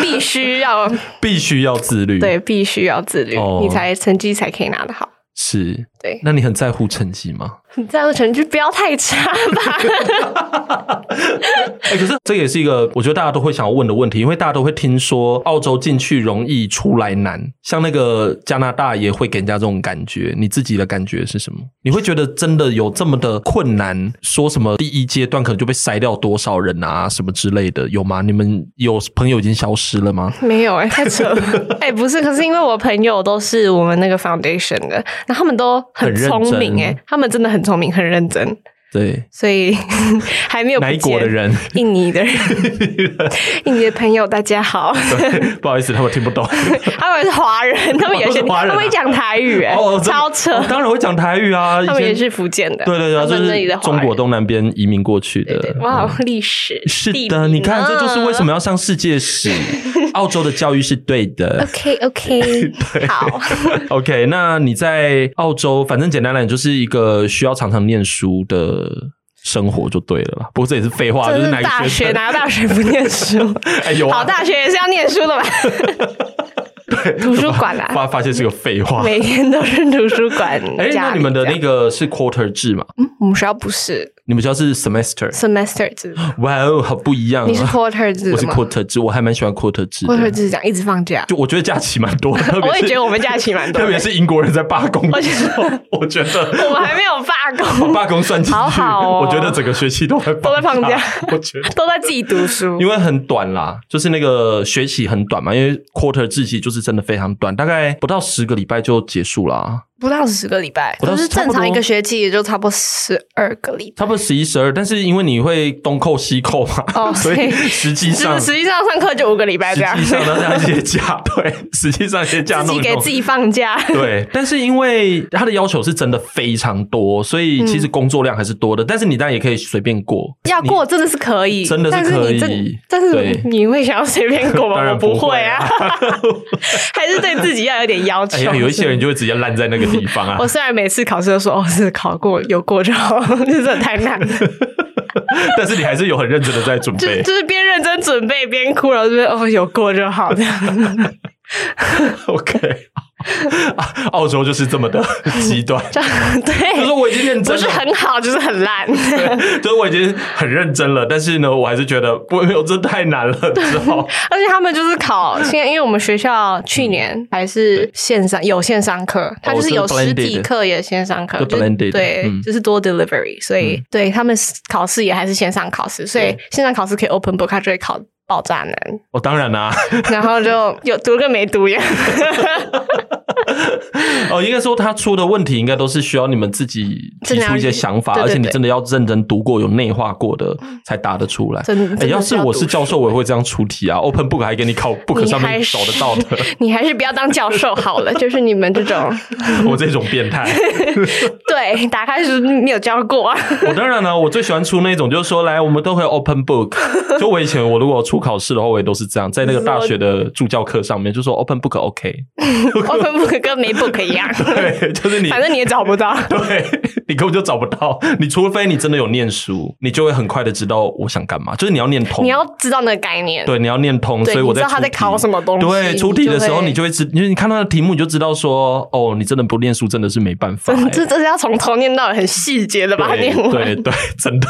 Speaker 2: 必须要
Speaker 1: 必须要自律，
Speaker 2: 对，，必须要自律，
Speaker 1: 哦
Speaker 2: 你才成绩才可以拿得好。
Speaker 1: 是。
Speaker 2: 对，
Speaker 1: 那你很在乎成绩吗？
Speaker 2: 你这样成绩不要太差吧？
Speaker 1: 哎、可是这也是一个我觉得大家都会想要问的问题，因为大家都会听说澳洲进去容易，出来难。像那个加拿大也会给人家这种感觉，你自己的感觉是什么？你会觉得真的有这么的困难？说什么第一阶段可能就被筛掉多少人啊，什么之类的，有吗？你们有朋友已经消失了吗？
Speaker 2: 没有哎、太扯了 哎、不是，可是因为我朋友都是我们那个 foundation 的，然后他们都
Speaker 1: 很
Speaker 2: 很
Speaker 1: 认
Speaker 2: 聪明哎、
Speaker 1: 真
Speaker 2: 他们真的很聪明，很认真，
Speaker 1: 对，
Speaker 2: 所以 还没有
Speaker 1: 哪一
Speaker 2: 不见
Speaker 1: 国的？人？
Speaker 2: 印尼的 人，印尼的朋友，大家好，
Speaker 1: 对，不好意思，他们听不 懂。
Speaker 2: 他们是华人，他们有些、
Speaker 1: 哦是华人啊
Speaker 2: 他们会讲台语哎、
Speaker 1: 哦，真的
Speaker 2: 超扯。
Speaker 1: 哦当然会讲台语啊，以
Speaker 2: 他们也
Speaker 1: 前
Speaker 2: 是福建的，
Speaker 1: 对对对啊，
Speaker 2: 他
Speaker 1: 就
Speaker 2: 们那里
Speaker 1: 是
Speaker 2: 的华
Speaker 1: 中
Speaker 2: 人
Speaker 1: 国东南边移民过去的。
Speaker 2: 对对，哇
Speaker 1: 嗯，
Speaker 2: 历史
Speaker 1: 是
Speaker 2: 地嗯
Speaker 1: 的，
Speaker 2: 名
Speaker 1: 你看，这就是为什么
Speaker 2: 啊
Speaker 1: 要上世界史。澳洲的教育是对 的。
Speaker 2: OK OK，好，
Speaker 1: OK，那你在澳洲，反正简单来讲，就是一个需要常常念书的生活就对了啦。不过这也是废话，就
Speaker 2: 这
Speaker 1: 是
Speaker 2: 是
Speaker 1: 哪
Speaker 2: 大
Speaker 1: 个学
Speaker 2: 学
Speaker 1: 生？
Speaker 2: 哪个大学不念书？
Speaker 1: 哎，有
Speaker 2: 好
Speaker 1: 啊，
Speaker 2: 大学也是要念书 的吧？图书馆啊，
Speaker 1: 发发现是个废话。
Speaker 2: 每天都是图书馆。
Speaker 1: 哎，
Speaker 2: 家
Speaker 1: 那
Speaker 2: 里
Speaker 1: 你们的
Speaker 2: 这
Speaker 1: 那
Speaker 2: 样
Speaker 1: 个是 quarter 制嘛？
Speaker 2: 嗯我们学校不是
Speaker 1: 你们学校是 semester？
Speaker 2: semester 制，
Speaker 1: 哇哦，好不一样
Speaker 2: 嗯你是
Speaker 1: 啊！
Speaker 2: quarter 制
Speaker 1: 我
Speaker 2: 的
Speaker 1: 是
Speaker 2: 吗
Speaker 1: quarter 制，我还蛮喜欢 quarter 制
Speaker 2: ？quarter
Speaker 1: 的。
Speaker 2: 制这样一直放假，
Speaker 1: 就我觉得假期蛮多的，特别
Speaker 2: 我也
Speaker 1: 是
Speaker 2: 觉得我们假期蛮多
Speaker 1: 特
Speaker 2: 的，
Speaker 1: 别是英国人在罢工的
Speaker 2: 我觉
Speaker 1: 时候，我觉得
Speaker 2: 我们还没有罢
Speaker 1: 把
Speaker 2: 工，
Speaker 1: 罢工算进去，
Speaker 2: 好好 哦
Speaker 1: 我觉得整个学期都在
Speaker 2: 都在放假，
Speaker 1: 我觉得。
Speaker 2: 都在自己读书
Speaker 1: 因。为很短啦，就是那个学期很短嘛，因为 quarter 制期就是真的非常短，大概不到十个礼拜就结束啦，
Speaker 2: 不到十个礼拜，
Speaker 1: 不到
Speaker 2: 就是
Speaker 1: 差
Speaker 2: 正
Speaker 1: 不多
Speaker 2: 常一个学期也就差不多十二个礼
Speaker 1: 差不多十一十二。但是因为你会东扣西扣嘛，
Speaker 2: 哦
Speaker 1: 所以
Speaker 2: 所以
Speaker 1: 实际
Speaker 2: 拜，
Speaker 1: 上
Speaker 2: 就是实
Speaker 1: 实
Speaker 2: 际上上课就五个礼拜这样，
Speaker 1: 际上那些假，对，实际上那些假
Speaker 2: 自
Speaker 1: 弄
Speaker 2: 己
Speaker 1: 一
Speaker 2: 给
Speaker 1: 弄
Speaker 2: 自己放假。
Speaker 1: 对，但是因为他的要求是真的非常多，所以
Speaker 2: 嗯
Speaker 1: 其实工作量还是多的。但是你当然也可以随便过，
Speaker 2: 要过真的是可以，
Speaker 1: 真的是
Speaker 2: 但
Speaker 1: 可以
Speaker 2: 你真，但是
Speaker 1: 对
Speaker 2: 你会想要随便过吗？
Speaker 1: 当然
Speaker 2: 我不
Speaker 1: 不会
Speaker 2: 会啊， 还是对自己要有点要求。
Speaker 1: 哎呀，有一些人就会直接烂在那个地方啊
Speaker 2: 我。虽然每次考试都说哦是考过有过就好， 这真的太 难了，
Speaker 1: 但是你还是有很认真的在准
Speaker 2: 就
Speaker 1: 备。
Speaker 2: 就是边认真准备边哭，然后就哦有过就好这样。
Speaker 1: OK，啊澳洲就是这么 的极端，
Speaker 2: 这样
Speaker 1: 就是
Speaker 2: 对，
Speaker 1: 我已经认
Speaker 2: 不
Speaker 1: 真哦
Speaker 2: 是
Speaker 1: 了，
Speaker 2: 很好，就是很烂。
Speaker 1: 对，就是我已经很认真了，但是呢，我还是觉得不没有这太难了，之 后
Speaker 2: 而且他们就是考，现在因为我们学校去年还是线上有线上课，它就是有
Speaker 1: 哦就是 blended
Speaker 2: 实体课也线上课，
Speaker 1: 就
Speaker 2: 就是
Speaker 1: blended，
Speaker 2: 对
Speaker 1: 嗯，
Speaker 2: 就是多 delivery，所以对他们考试也还是线上考试，所以
Speaker 1: 对
Speaker 2: 线上考试可以 open book，它就会考爆炸难，
Speaker 1: 哦，当然啦、
Speaker 2: 然后就有读跟 没读一样。
Speaker 1: 哦，应该说他出的问题应该都是需要你们自己提出一些想法，
Speaker 2: 真
Speaker 1: 而
Speaker 2: 的要
Speaker 1: 且你
Speaker 2: 对对对
Speaker 1: 真的要认真读过、有内化过的才答得出来。
Speaker 2: 嗯
Speaker 1: 哎
Speaker 2: 真的真的
Speaker 1: 诶要
Speaker 2: 是
Speaker 1: 是
Speaker 2: 要
Speaker 1: 我
Speaker 2: 读
Speaker 1: 是教授，我也会这样出题啊。Open Book 还给你考 Book
Speaker 2: 你
Speaker 1: 上
Speaker 2: 还
Speaker 1: 面
Speaker 2: 是
Speaker 1: 找得到的，
Speaker 2: 你还是不要当教授好了，就是你们这 种，
Speaker 1: 我这种变 态。
Speaker 2: 对，打开是没有教过、 啊，
Speaker 1: 我当然了，我最喜欢出那种，就是说来，我们都会 Open Book。就我以前我如果出考试的话，我也都是这样，在那个大学的助教课上面就说 Open Book OK。
Speaker 2: open book 跟没 book 一样，
Speaker 1: 对，就是你
Speaker 2: 反正你也找不到。
Speaker 1: 对你根本就找不到，你除非你真的有念书，你就会很快的知道我想干嘛。就是你要念通，
Speaker 2: 你要知道那个概念，
Speaker 1: 对你要念通，
Speaker 2: 对
Speaker 1: 所以我
Speaker 2: 你知道
Speaker 1: 出
Speaker 2: 他在
Speaker 1: 题
Speaker 2: 考什么东西
Speaker 1: 对，出题的时候
Speaker 2: 你就会
Speaker 1: 你就会知，因为你看到的题目你就知道说，哦，你真的不念书真的是没办法、
Speaker 2: 嗯，
Speaker 1: 欸。
Speaker 2: 这这是要从头念到尾很细节的把它
Speaker 1: 对
Speaker 2: 念完
Speaker 1: 对，对，真的，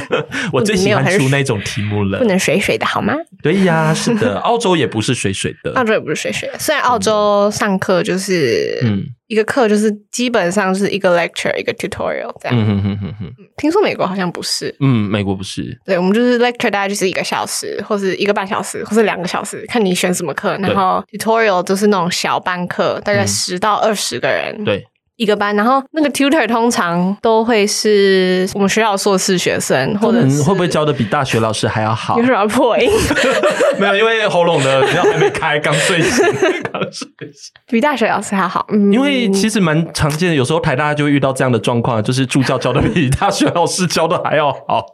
Speaker 1: 我最喜欢
Speaker 2: 没有很
Speaker 1: 出那种题目了
Speaker 2: 不。能水水的好吗？
Speaker 1: 对呀，是 的，澳洲也不是水水的
Speaker 2: 澳，洲也不是水水，虽然澳洲上课就是
Speaker 1: 嗯
Speaker 2: 一个课就是基本上是一个 lecture 一个 tutorial 这样，
Speaker 1: 嗯哼哼哼哼，
Speaker 2: 听说美国好像不是。
Speaker 1: 嗯，美国不是，
Speaker 2: 对，我们就是 lecture 大概就是一个小时，或是一个半小时，或是两个小时，看你选什么课。然后 tutorial 就是那种小班课，大概
Speaker 1: 嗯
Speaker 2: 十到二十个人，
Speaker 1: 对，
Speaker 2: 一个班。然后那个 tutor 通常都会是我们学校的硕士学生，或者
Speaker 1: 嗯
Speaker 2: 是
Speaker 1: 会不会教的比大学老师还要好
Speaker 2: 有？什么要破音？
Speaker 1: 没有，因为喉咙的药还没开，刚睡醒，刚睡醒。
Speaker 2: 比大学老师还好，嗯，
Speaker 1: 因为其实蛮常见的，有时候台大就会遇到这样的状况，就是助教教的比大学老师教的还要好。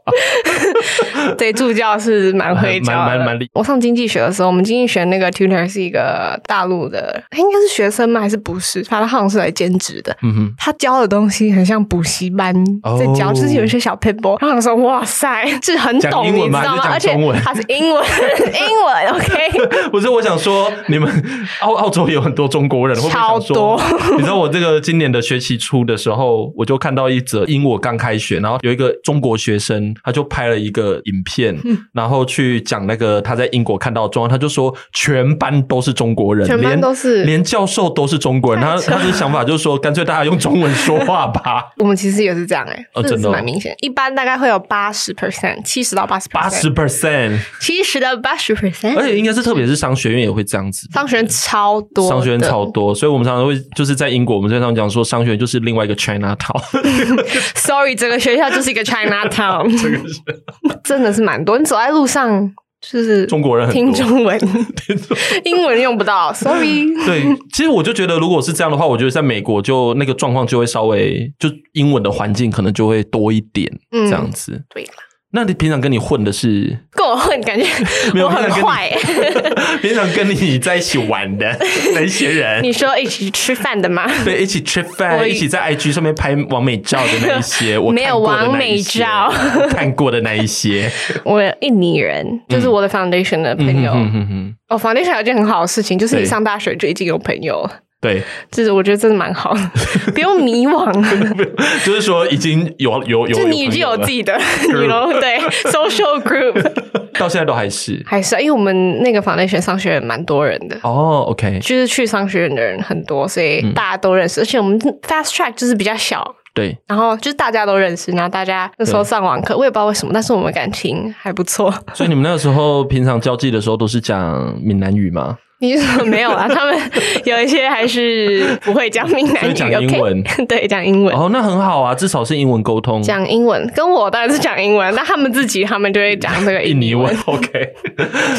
Speaker 2: 对助教是蛮会教的，
Speaker 1: 蛮蛮蛮厉
Speaker 2: 我上经济学的时候，我们经济学那个 tutor 是一个大陆的，他应该是学生吗？还是不是？反正他好像是来兼职的。
Speaker 1: 嗯哼，
Speaker 2: 他教的东西很像补习班
Speaker 1: 哦
Speaker 2: 在教，就是有一些小 paper。然后我想说，哇塞，这很
Speaker 1: 讲
Speaker 2: 懂，
Speaker 1: 英
Speaker 2: 你
Speaker 1: 文
Speaker 2: 知
Speaker 1: 吗
Speaker 2: 道吗？
Speaker 1: 还
Speaker 2: 而
Speaker 1: 是讲
Speaker 2: 且
Speaker 1: 中文
Speaker 2: 他是英文， 英文 OK。
Speaker 1: 不是，我想说，你们 澳澳洲有很多中国人，会不会想说
Speaker 2: 超？
Speaker 1: 你知道我这个今年的学期初的时候，我就看到一则因我刚开学，然后有一个中国学生，他就拍了一个影 片，然后去讲那个他在英国看到的状况，他就说全班都是中国人，
Speaker 2: 全班
Speaker 1: 连
Speaker 2: 都是
Speaker 1: 连教授都是中国人。他
Speaker 2: 太扯
Speaker 1: 他的想法就是说，干脆大家用中文说话 吧。
Speaker 2: 我们其实也是这样哎、
Speaker 1: 哦
Speaker 2: 这
Speaker 1: 真的
Speaker 2: 是
Speaker 1: 哦
Speaker 2: 蛮明显。一般大概会有八十 percent，七十到八十，
Speaker 1: 八十 percent，
Speaker 2: 七十到八十 percent，
Speaker 1: 而且应该是特别是商学院也会这样子。
Speaker 2: 商学院超多，
Speaker 1: 商学院超多，所以我们常常会就是在英国，我们经常讲说商学院就是另外一个 China Town。
Speaker 2: Sorry，整个学校就是一个 China Town，
Speaker 1: 这个是
Speaker 2: 真的是蛮多。你走在路上就是
Speaker 1: 中国人很
Speaker 2: 听
Speaker 1: 多。
Speaker 2: 中文，英文用不到。Sorry，
Speaker 1: 对，其实我就觉得，如果是这样的话，我觉得在美国就那个状况就会稍微就英文的环境可能就会多一点
Speaker 2: 嗯
Speaker 1: 这样子。
Speaker 2: 对啦，
Speaker 1: 那你平常跟你混的 是，
Speaker 2: 跟我混感觉
Speaker 1: 没有
Speaker 2: 我很坏、
Speaker 1: 平常跟你在一起玩的那些人
Speaker 2: 你，说一起吃饭的吗？
Speaker 1: 对，一起吃
Speaker 2: 我
Speaker 1: 饭，一起在 IG 上面拍完美照的那一些，我
Speaker 2: 没
Speaker 1: 看
Speaker 2: 有
Speaker 1: 过的
Speaker 2: 完
Speaker 1: 那一
Speaker 2: 美
Speaker 1: 些
Speaker 2: 照
Speaker 1: 我看过的那一 些，
Speaker 2: 我有印尼人，就是我的 foundation 的朋友。
Speaker 1: 嗯哼哼，
Speaker 2: 哦，foundation 有一件很好的事情，就是
Speaker 1: 对
Speaker 2: 你上大学就已经有朋友了，
Speaker 1: 对，
Speaker 2: 就是我觉得真的蛮好 的，不用迷惘，
Speaker 1: 就是说已经有有有，
Speaker 2: 就你已经有
Speaker 1: 朋友了
Speaker 2: 自 己的，你 know，对 social group
Speaker 1: 到现在都还是
Speaker 2: 还是因为我们那个 foundation 上学人蛮多人的，
Speaker 1: 哦，OK，
Speaker 2: 就是去商学院的人很多，所
Speaker 1: 嗯
Speaker 2: 以大家都认识。而且我们 Fast Track 就是比较小，
Speaker 1: 对，
Speaker 2: 然后就是大家都认识，然后大家那时候上网课，我也不知道为什么，但是我们感情还 不错。
Speaker 1: 所以你们那个时候平常交际的时候都是讲闽南语吗？
Speaker 2: 你是说没有 啊？他们有一些还是不会讲闽南
Speaker 1: 所以
Speaker 2: 语，
Speaker 1: 讲英文
Speaker 2: o k 对，讲英文。
Speaker 1: 哦，那很好啊，至少是英文沟通。
Speaker 2: 讲英文，跟我当然是讲英文，但他们自己他们就会讲这个
Speaker 1: 印尼
Speaker 2: 文。
Speaker 1: 文，OK，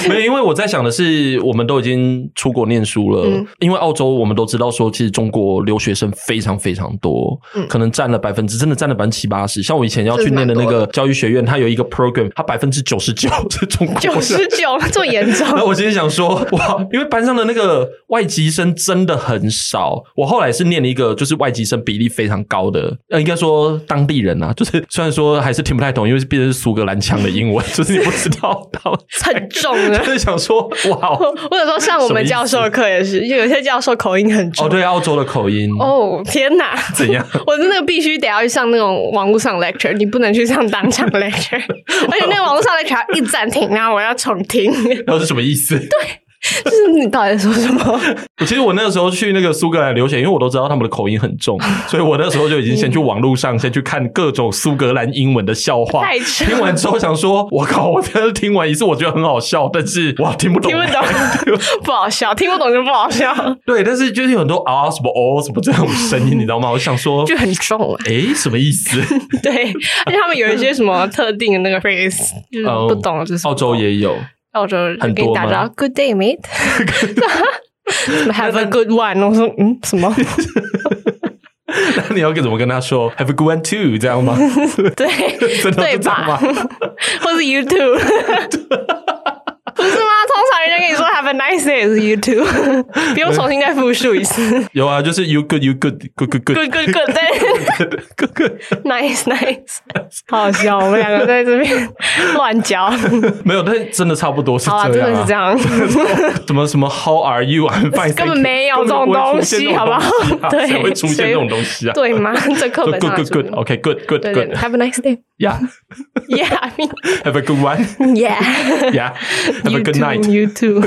Speaker 1: 没有，因为我在想的是，我们都已经出国念书了，
Speaker 2: 嗯
Speaker 1: 因为澳洲我们都知道说，其实中国留学生非常非常多，
Speaker 2: 嗯
Speaker 1: 可能占了百分之真的占了百分之七八十。像我以前要去
Speaker 2: 真的
Speaker 1: 念
Speaker 2: 蛮
Speaker 1: 的那
Speaker 2: 多
Speaker 1: 个教育学院，它有一个 program，它百分之九十九是中国
Speaker 2: 九
Speaker 1: 人。
Speaker 2: 十九，这么严重
Speaker 1: 然？后我今天想说，哇，因为班上的那个外籍生真的很少。我后来是念了一个就是外籍生比例非常高的，呃，应该说当地人啊，就是虽然说还是听不太懂，因为毕竟是苏格兰腔的英文， 就是你不知道到
Speaker 2: 很重
Speaker 1: 就
Speaker 2: 啊。
Speaker 1: 是想说哇哦
Speaker 2: 我我有时候上我们教授的课也是，就有些教授口音很重。
Speaker 1: 哦，对，澳洲的口音
Speaker 2: 哦天哪！
Speaker 1: 怎样？
Speaker 2: 我真的必须得要去上那种网络上 lecture，你不能去上当场 lecture，而且那个网络上 lecture 要一暂停，然后我要重听， 就
Speaker 1: 然后是什么意思？
Speaker 2: 是你到底在说什么？
Speaker 1: 我 其实我那个时候去那个苏格兰留学，因为我都知道他们的口音很重，所以我那时候就已经先去网络上先去看各种苏格兰英文的笑话。
Speaker 2: 太扯
Speaker 1: 听完之后想说，我靠！我真的听完一次，我觉得很好笑，但是哇，听不懂，
Speaker 2: 听不 懂不好笑，听不懂就不好笑，
Speaker 1: 对，但是就是有很多啊什么哦什么这种声音，你知道吗？我想说，
Speaker 2: 就 很重啊。
Speaker 1: 诶，什么意思？
Speaker 2: 对，而且他们有一些什么特定的那个 phrase，就是
Speaker 1: 哦
Speaker 2: 不懂，就是
Speaker 1: 澳洲也有，
Speaker 2: 澳洲人
Speaker 1: 很
Speaker 2: 给
Speaker 1: 多
Speaker 2: 你打
Speaker 1: 吗
Speaker 2: 招呼 Good day, mate 什么。Have a good one，我说嗯什么？
Speaker 1: 那你要怎么跟他说？Have a good one too，这样吗？
Speaker 2: 对
Speaker 1: 真的
Speaker 2: 对
Speaker 1: 是这样
Speaker 2: 吧
Speaker 1: 吗？？
Speaker 2: 或是 you too，不是吗？通常人家跟你说 Have a nice day 也是 you too，不用重新再复述一次。
Speaker 1: 有啊，就是 you good you good good good good
Speaker 2: Good good good，对
Speaker 1: good good。
Speaker 2: ，nice nice，好 好笑，我们两个在这边乱 教。
Speaker 1: 没有，但真的差不多是这
Speaker 2: 好
Speaker 1: 样、
Speaker 2: 啦，
Speaker 1: 啊，
Speaker 2: 真的是这样，
Speaker 1: 什么什么 How are you? I'm fine.
Speaker 2: 根本没有这种东西
Speaker 1: 根本不会出现这种东西啊谁会出现
Speaker 2: 好不好对
Speaker 1: 这种东西 啊？
Speaker 2: 对吗？这课
Speaker 1: 说
Speaker 2: 本
Speaker 1: good
Speaker 2: 上
Speaker 1: good
Speaker 2: 有
Speaker 1: good.
Speaker 2: 注明
Speaker 1: OK, good good
Speaker 2: 对对
Speaker 1: good.
Speaker 2: 对，Have a nice
Speaker 1: Yeah,
Speaker 2: day，Yeah，I mean
Speaker 1: have a good one.
Speaker 2: Yeah。
Speaker 1: Yeah, have a
Speaker 2: You
Speaker 1: good
Speaker 2: too,
Speaker 1: night.
Speaker 2: You too.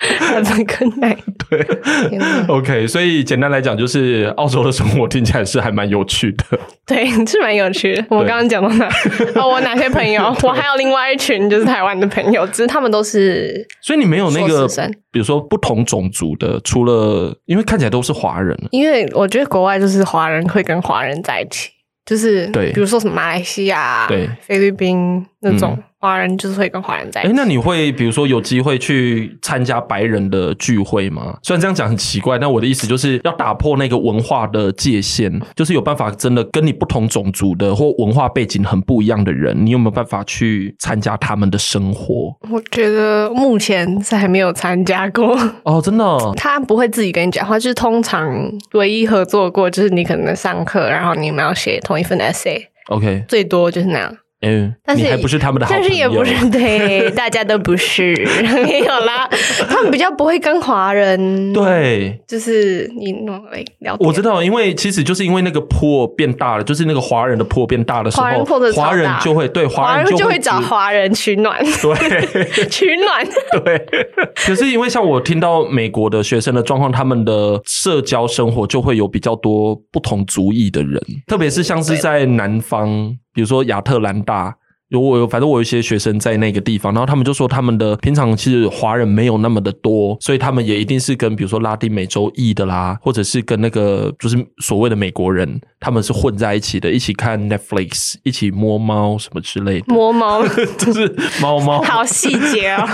Speaker 2: Have a good night. 天哪
Speaker 1: OK，所以简单来讲，就是澳洲的生活听起来是还蛮有趣 的。
Speaker 2: 对，是蛮有趣的。我刚刚讲到 哪？哦，我哪些朋友？我还有另外一群就是台湾的朋友，只是他们都是
Speaker 1: 所以你没有那个
Speaker 2: 硕士生，
Speaker 1: 比如说不同种族的，除了因为看起来都是华人，
Speaker 2: 因为我觉得国外就是华人会跟华人在一起，就是
Speaker 1: 对
Speaker 2: 比如说什么马来西亚、
Speaker 1: 对
Speaker 2: 菲律宾那种华人，就是会跟华人在一
Speaker 1: 哎，
Speaker 2: 起。
Speaker 1: 那你会比如说有机会去参加白人的聚会吗？虽然这样讲很奇怪，但我的意思就是要打破那个文化的界限，就是有办法真的跟你不同种族的或文化背景很不一样的人，你有没有办法去参加他们的生活？
Speaker 2: 我觉得目前是还没有参加过。
Speaker 1: 哦，真的哦
Speaker 2: 他不会自己跟你讲话，就是通常唯一合作过就是你可能上课，然后你们要写同一份 essay，
Speaker 1: ，OK，
Speaker 2: 最多就是那样。
Speaker 1: 嗯，
Speaker 2: 但是
Speaker 1: 你还不是他们的好朋
Speaker 2: 但
Speaker 1: 友，
Speaker 2: 是也 不是对，大家都不是，没有啦。他们比较不会跟华人，，
Speaker 1: 对，
Speaker 2: 就是你弄来聊天。
Speaker 1: 我知道，因为其实就是因为那个破变大了，就是那个华人的破变大的时
Speaker 2: 华人
Speaker 1: 候
Speaker 2: 破得，超大
Speaker 1: 华人就会对
Speaker 2: 华
Speaker 1: 人
Speaker 2: 人就
Speaker 1: 会
Speaker 2: 会找
Speaker 1: 指
Speaker 2: 华人取 暖，
Speaker 1: 对
Speaker 2: 取 暖。
Speaker 1: 对。可是因为像我听到美国的学生的状况，他们的社交生活就会有比较多不同族裔的人，特别是像是在南方，比如说亚特兰大。有我有，反正我有一些学生在那个地方，然后他们就说他们的平常其实华人没有那么的多，所以他们也一定是跟比如说拉丁美洲裔的啦，或者是跟那个就是所谓的美国人，他们是混在一起的，一起看 Netflix，一起摸猫什么之类的，
Speaker 2: 摸猫，
Speaker 1: 哦就是猫 猫
Speaker 2: 好细节哦，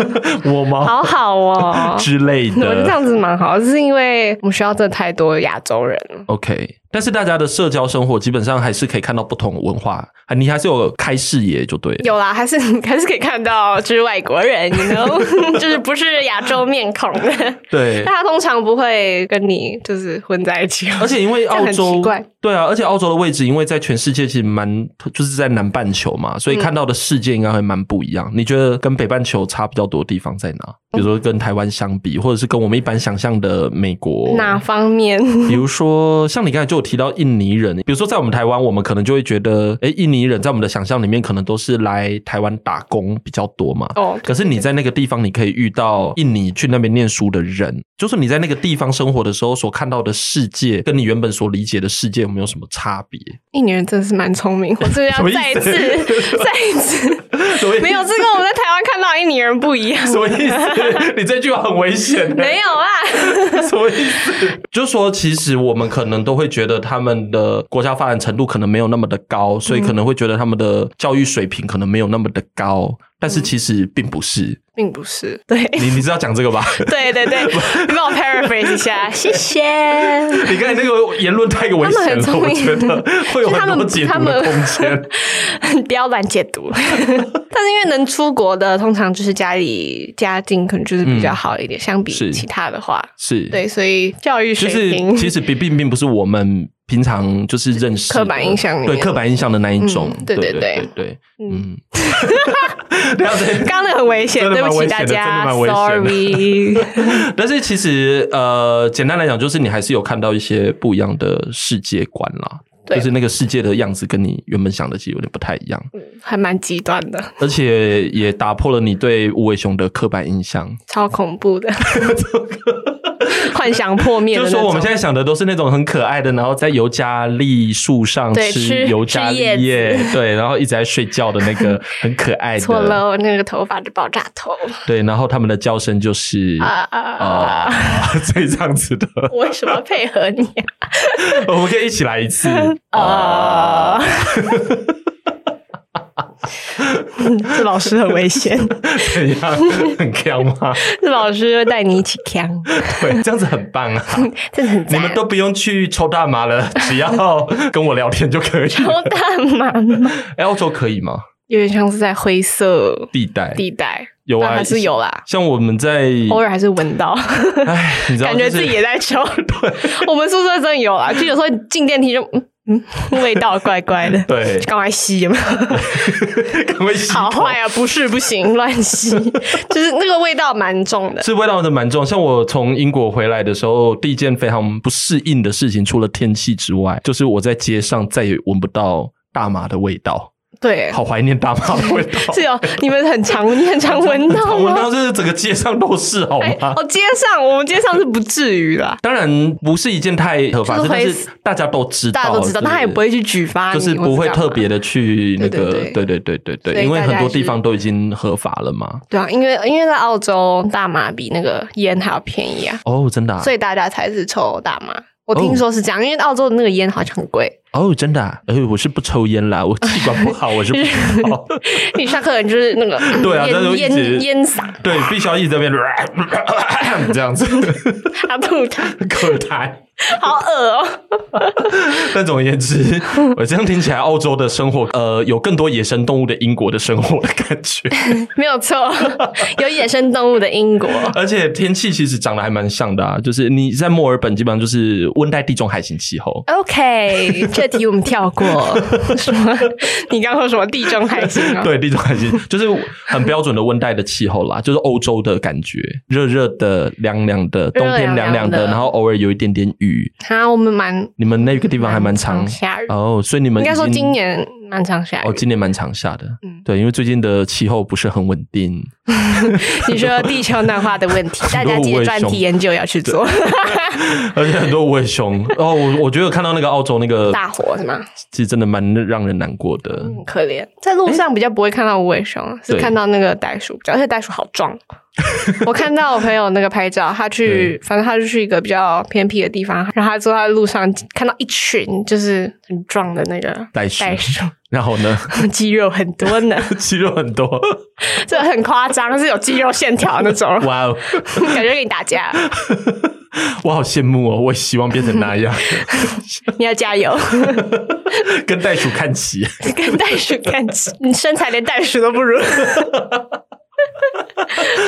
Speaker 1: 摸猫，
Speaker 2: 好好 哦。
Speaker 1: 之类
Speaker 2: 我觉得这
Speaker 1: 的。
Speaker 2: 样子蛮好，就是因为我们学校真的太多亚洲人了。
Speaker 1: OK，但是大家的社交生活基本上还是可以看到不同文化，啊，你还是有开视野就对了。
Speaker 2: 有啦，还是 还是可以看到，就是外国人，you know，就是不是亚洲面孔的，
Speaker 1: 对
Speaker 2: 但，他通常不会跟你就是混在一起。哦
Speaker 1: 而且因为
Speaker 2: 这样
Speaker 1: 澳
Speaker 2: 很
Speaker 1: 洲
Speaker 2: 奇怪，
Speaker 1: 对啊，而且澳洲的位置因为在全世界其实蛮，就是在南半球
Speaker 2: 嗯
Speaker 1: 嘛，所以看到的世界应该会蛮不一样。你觉得跟北半球差比较多的地方在哪？
Speaker 2: 嗯
Speaker 1: 比如说跟台湾相比，或者是跟我们一般想象的美国
Speaker 2: 哪方面？
Speaker 1: 比如说，像你刚才就有提到印尼人，比如说在我们台湾，我们可能就会觉得，诶，印尼人在我们的想象里面可能都是来台湾打工比较多嘛。
Speaker 2: 哦，
Speaker 1: 可是你在那个地方，你可以遇到印尼去那边念书的人，就是你在那个地方生活的时候所看到的世界，跟你原本所理解的世界有没有什么差别？
Speaker 2: 印尼人真的是蛮 聪明，我这
Speaker 1: 什
Speaker 2: 要
Speaker 1: 么意思
Speaker 2: 再一次， 再一次，
Speaker 1: 所以
Speaker 2: 没有这跟我们在台湾看到的印尼人不一 样，
Speaker 1: 什么意思？你这句话很危险、欸。
Speaker 2: 没有啊啦，
Speaker 1: 什么意思？就说其实我们可能都会觉得他们的国家发展程度可能没有那么的高，
Speaker 2: 嗯
Speaker 1: 所以可能会觉得他们的教育水平可能没有那么的高，但是其实并不是。
Speaker 2: 并不是。对
Speaker 1: 你你知道讲这个吧？
Speaker 2: 对 对对，你帮我 paraphrase 一下，谢 谢。
Speaker 1: 你刚才那个言论太危险
Speaker 2: 他
Speaker 1: 了，
Speaker 2: 们
Speaker 1: 我
Speaker 2: 很聪
Speaker 1: 觉
Speaker 2: 明
Speaker 1: 得会有很多解读的空 间。
Speaker 2: 不要乱解 读。但是因为能出国的，通常就是家里家境可能就是比较好一点，相比
Speaker 1: 嗯是
Speaker 2: 其他的话，
Speaker 1: 是，
Speaker 2: 对，所以教育
Speaker 1: 就
Speaker 2: 水
Speaker 1: 是
Speaker 2: 平、
Speaker 1: 其实并并并不是我们平常就是认识的
Speaker 2: 刻板印象里
Speaker 1: 对
Speaker 2: 面
Speaker 1: 刻板印象的那一种。
Speaker 2: 嗯
Speaker 1: 对
Speaker 2: 对
Speaker 1: 对
Speaker 2: 对
Speaker 1: 对对，嗯， 对啊对。
Speaker 2: 刚刚那很危险，
Speaker 1: 真的
Speaker 2: 对
Speaker 1: 蛮
Speaker 2: 不
Speaker 1: 危
Speaker 2: 起
Speaker 1: 险的
Speaker 2: 大家
Speaker 1: 真的蛮
Speaker 2: ，sorry。
Speaker 1: 但是其实呃，简单来讲，就是你还是有看到一些不一样的世界观啦。
Speaker 2: 对
Speaker 1: 就是那个世界的样子跟你原本想的其实有点不太一样，
Speaker 2: 还蛮极端的，
Speaker 1: 而且也打破了你对无尾熊的刻板印象。
Speaker 2: 超恐 怖的，幻想破灭
Speaker 1: 就
Speaker 2: 的
Speaker 1: 是
Speaker 2: 那种。
Speaker 1: 说我们现在想的都是那种很可爱的，然后在尤加利树上
Speaker 2: 对
Speaker 1: 吃
Speaker 2: 吃
Speaker 1: 尤加利
Speaker 2: 吃
Speaker 1: 叶
Speaker 2: 叶，
Speaker 1: 对，然后一直在睡觉的那个很可爱
Speaker 2: 错
Speaker 1: 的，
Speaker 2: 了，那个头发的爆炸头
Speaker 1: 对，然后他们的叫声就是
Speaker 2: 啊
Speaker 1: 啊，
Speaker 2: 啊
Speaker 1: 哦
Speaker 2: 啊！
Speaker 1: 所 以这样子的，
Speaker 2: 我为什么配合你
Speaker 1: 我们可以一起来一 次
Speaker 2: 啊？啊嗯这老师很 危险。
Speaker 1: 怎样？很强 吗？
Speaker 2: 老师会带你一起扛，
Speaker 1: 对，这样子很棒啊！
Speaker 2: 真的很
Speaker 1: 你
Speaker 2: 赞。
Speaker 1: 们都不用去抽大麻了，只要跟我聊天就 可以。
Speaker 2: 抽大麻吗？
Speaker 1: 哎，澳洲可以吗？
Speaker 2: 有点像是在灰色
Speaker 1: 地带
Speaker 2: 地带，
Speaker 1: 有
Speaker 2: 但
Speaker 1: 啊，
Speaker 2: 还是有啦，
Speaker 1: 像我们在
Speaker 2: 偶尔还是闻到，
Speaker 1: 哎，你知道，
Speaker 2: 感觉
Speaker 1: 就是
Speaker 2: 自己 也在抽。对，我们宿舍真的有啦，啊就有时候进电梯就嗯嗯，味道怪怪的，
Speaker 1: 对
Speaker 2: 就赶快吸有没有？
Speaker 1: 赶快洗
Speaker 2: 好
Speaker 1: 头
Speaker 2: 坏啊，不是不行，乱吸，就是那个味道蛮重的。
Speaker 1: 是味道真的蛮重。像我从英国回来的时候，第一件非常不适应的事情，除了天气之外，就是我在街上再也闻不到大麻的味道，
Speaker 2: 对，
Speaker 1: 好怀念大麻的味道。
Speaker 2: 是有你们很常，你很常闻到
Speaker 1: 闻
Speaker 2: 吗
Speaker 1: 到？就是整个街上都是，好
Speaker 2: 哎，
Speaker 1: 吗？
Speaker 2: 哦，街上我们街上是不至于啦，
Speaker 1: 当然不是一件太合法
Speaker 2: 就
Speaker 1: 的事，
Speaker 2: 是
Speaker 1: 但
Speaker 2: 会
Speaker 1: 是大家都知道，
Speaker 2: 大家都知道，
Speaker 1: 对
Speaker 2: 他也不会去举发你，
Speaker 1: 就是不会
Speaker 2: 或是干嘛
Speaker 1: 特别的去那个，
Speaker 2: 对
Speaker 1: 对
Speaker 2: 对
Speaker 1: 对对对
Speaker 2: 所
Speaker 1: 对，
Speaker 2: 以
Speaker 1: 因为
Speaker 2: 大家
Speaker 1: 很多
Speaker 2: 还是
Speaker 1: 地方都已经合法了嘛。
Speaker 2: 对啊，因为因为在澳洲大麻比那个烟还要便宜啊，
Speaker 1: 哦，真的啊，
Speaker 2: 所以大家才是抽大麻。我
Speaker 1: 哦
Speaker 2: 听说是这样，因为澳洲的那个烟好像很贵，
Speaker 1: 哦，真的啊，哎，我是不抽烟啦，我气管不好，我是 不知道。
Speaker 2: 你上课你就是那个
Speaker 1: 对啊但是我一
Speaker 2: 烟
Speaker 1: 直
Speaker 2: 烟烟嗓
Speaker 1: 对，必须要一直在那边 这样子
Speaker 2: 啊吐痰，
Speaker 1: 口痰。
Speaker 2: 好恶哦。
Speaker 1: 但总而言之，我这样听起来，澳洲的生活，呃，有更多野生动物的英国的生活的感 觉，
Speaker 2: 没 有错，有野生动物的英国，
Speaker 1: 而且天气其实长得还蛮像的啊，就是你在墨尔本基本上就是温带地中海型气候。
Speaker 2: OK，这 题我们跳 过。什么？你刚说什么地中海型啊？
Speaker 1: 对，地中海 型就是很标准的温带的气候啦，就是欧洲的感觉，热热的、凉凉的，冬天凉凉
Speaker 2: 凉凉
Speaker 1: 的，
Speaker 2: 的
Speaker 1: 然后偶尔有一点点雨。
Speaker 2: 啊，我们蛮
Speaker 1: 你们那个地方还蛮长
Speaker 2: 常下雨，
Speaker 1: 哦，所以你们
Speaker 2: 应该说
Speaker 1: 已经
Speaker 2: 今年蛮常下雨
Speaker 1: 哦，。今年蛮长下的，
Speaker 2: 嗯
Speaker 1: 对，因为最近的气候不是很稳定，
Speaker 2: 你说地球暖化的问题，大家记得专题研究要去做。
Speaker 1: 而且很多无尾熊哦，我我觉得看到那个澳洲那个
Speaker 2: 大嗯火是吗？
Speaker 1: 其实真的蛮让人难过的。
Speaker 2: 很可怜，在路上比较不会看到无尾熊，是
Speaker 1: 对
Speaker 2: 看到那个袋鼠比较，而且袋鼠好壮。 我看到我朋友那个拍照，他去，反正他就去一个比较偏僻的地方，然后他坐在路上看到一群就是很壮的那个
Speaker 1: 袋鼠
Speaker 2: 袋鼠
Speaker 1: 然后呢，
Speaker 2: 肌肉很多呢，
Speaker 1: 肌肉很多，
Speaker 2: 这很夸张，是有肌肉线条那种，
Speaker 1: 哇哦，
Speaker 2: 感觉跟你打架，
Speaker 1: 我好羡慕哦，我也希望变成那样，
Speaker 2: 你要加油，
Speaker 1: 跟袋鼠看 齐。
Speaker 2: 跟袋鼠看齐，你身材连袋鼠都 不如。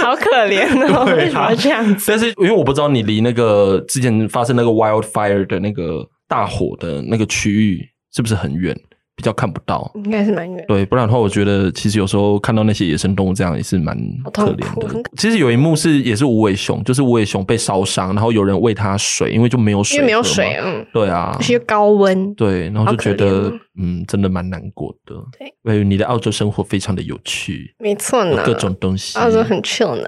Speaker 2: 好可怜哦！
Speaker 1: 对啊
Speaker 2: 为什么要这样子？
Speaker 1: 但是因为我不知道你离那个之前发生那个 wildfire 的那个大火的那个区域是不是很远，比较看不到。
Speaker 2: 应该是蛮远的。
Speaker 1: 对，不然的话，我觉得其实有时候看到那些野生动物这样也是蛮
Speaker 2: 好痛
Speaker 1: 可
Speaker 2: 苦
Speaker 1: 怜的
Speaker 2: 很。
Speaker 1: 其实有一幕是也是无尾熊，就是无尾熊被烧伤，然后有人喂它水，因为就没有水，
Speaker 2: 因为没有水，。嗯，
Speaker 1: 对啊
Speaker 2: 而，且又高温。
Speaker 1: 对，然后就觉
Speaker 2: 好
Speaker 1: 得
Speaker 2: 可怜哦
Speaker 1: 嗯，真的蛮难过的。
Speaker 2: 对，
Speaker 1: 对，你的澳洲生活非常的有趣，
Speaker 2: 没错
Speaker 1: 有
Speaker 2: 呢，
Speaker 1: 各种东西。
Speaker 2: 澳洲很 chill 呢，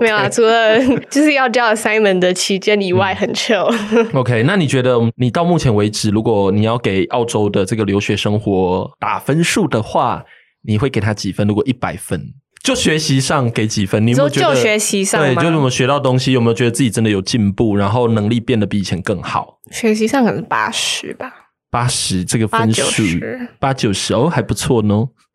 Speaker 2: 没有啊，除了 就是要交 assignment 的期间以
Speaker 1: 嗯
Speaker 2: 外，很 chill。
Speaker 1: OK，那你觉得嗯你到目前为止，如果你要给澳洲的这个留学生活打分数的话，你会给他几分？如果一百分，就学习上给几分？你有没有
Speaker 2: 你
Speaker 1: 觉
Speaker 2: 说
Speaker 1: 得
Speaker 2: 就学习上
Speaker 1: 对，
Speaker 2: 吗
Speaker 1: 就是我们学到东西，有没有觉得自己真的有进步，然后能力变得比以前更好？
Speaker 2: 学习上可能八十吧，
Speaker 1: 八十这个
Speaker 2: 八
Speaker 1: 分
Speaker 2: 九
Speaker 1: 数
Speaker 2: 十，
Speaker 1: 八九十哦，还不错呢。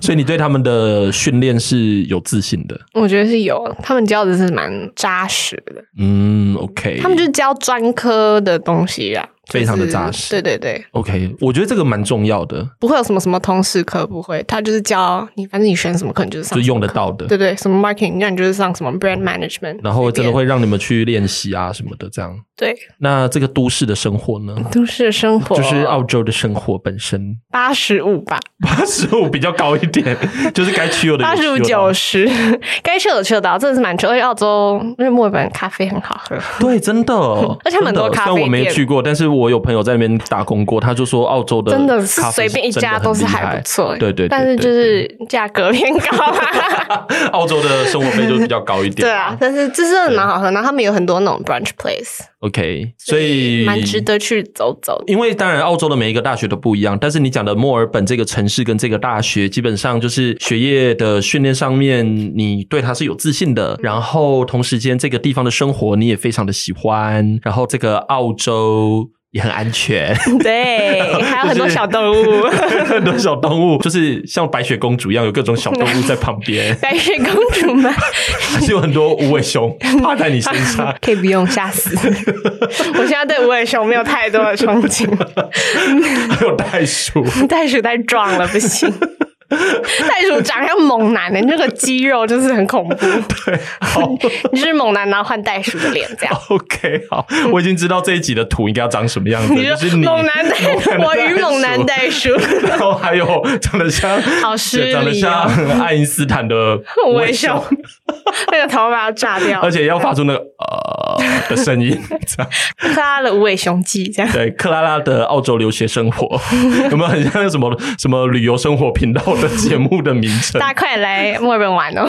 Speaker 1: 所以你对他们的训练是有自信的。
Speaker 2: 我觉得是有，他们教的是蛮扎实的，
Speaker 1: 嗯，OK，
Speaker 2: 他们就是教专科的东西啊，就是
Speaker 1: 非常的扎实
Speaker 2: 对对对，
Speaker 1: OK，我觉得这个蛮重要的，
Speaker 2: 不会有什么什么通识课，不会，他就是教你，反正你选什么课你就是上
Speaker 1: 就
Speaker 2: 什么课，
Speaker 1: 用得到的。
Speaker 2: 对对，什么 marketing，那你就是上什么 brand management，
Speaker 1: 然后真的
Speaker 2: 随便
Speaker 1: 会让你们去练习啊什么的，这样。
Speaker 2: 对
Speaker 1: 那这个都市的生活呢，
Speaker 2: 都市生活
Speaker 1: 就是澳洲的生活本身，
Speaker 2: 八十五吧，
Speaker 1: 八十五比较高一点，就是该去有的有
Speaker 2: 八
Speaker 1: 去
Speaker 2: 十
Speaker 1: 有
Speaker 2: 五
Speaker 1: 的
Speaker 2: 九十， 该去有去得到，真的是蛮去。而且澳洲因为墨尔本咖啡很好喝，
Speaker 1: 对，真的，
Speaker 2: 而且很多
Speaker 1: 真的
Speaker 2: 咖啡
Speaker 1: 虽然我没
Speaker 2: 店
Speaker 1: 去过，但是我有朋友在那边打工过，他就说澳洲的
Speaker 2: 真
Speaker 1: 的
Speaker 2: 的是随便一家都是还不错、欸，
Speaker 1: 对对对
Speaker 2: 但是就是价格偏高 啦。
Speaker 1: 错。澳洲的生活费就比较高一点。
Speaker 2: 对啊，但是这真的蛮好喝，然后他们有很多那种 brunch place，
Speaker 1: ，OK，所以
Speaker 2: 蛮值。得去走走。
Speaker 1: 因为当然，澳洲的每一个大学都不一样，但是你讲的墨尔本这个城市跟这个大学，基本上就是学业的训练上面，你对它是有自信的。然后同时间，这个地方的生活你也非常的喜欢，然后这个澳洲也很安全。
Speaker 2: 对，还有很多小动物，，
Speaker 1: 很多小动物，就是像白雪公主一样，有各种小动物在旁边
Speaker 2: 白雪公主们
Speaker 1: 还是有很多无尾熊趴在你身 上。
Speaker 2: 可以不用 吓死。我现在对无尾熊没有太多的憧憬，
Speaker 1: 还有袋鼠，
Speaker 2: 袋鼠太壮了不 行。袋鼠长得像猛男的、欸那个肌肉就是很恐怖。
Speaker 1: 好哦
Speaker 2: 你就是猛男，然后换袋鼠的脸这样。
Speaker 1: ，OK，好，我已经知道这一集的图应该要长什么样子，
Speaker 2: 你
Speaker 1: 就是
Speaker 2: 说
Speaker 1: 你
Speaker 2: 猛男袋，我与猛男，袋鼠。
Speaker 1: 鼠 然后还有长得像，
Speaker 2: 好失礼哦
Speaker 1: 长得像爱因斯坦的
Speaker 2: 无尾熊，那个头发要炸掉，
Speaker 1: 而且要发出那个呃的声音， 这样。
Speaker 2: 他的无尾熊记这样。
Speaker 1: 对，克拉拉的澳洲留学生活 有没有很像什么什么旅游生活频道的节目的名称？
Speaker 2: 大家快来墨尔本玩哦，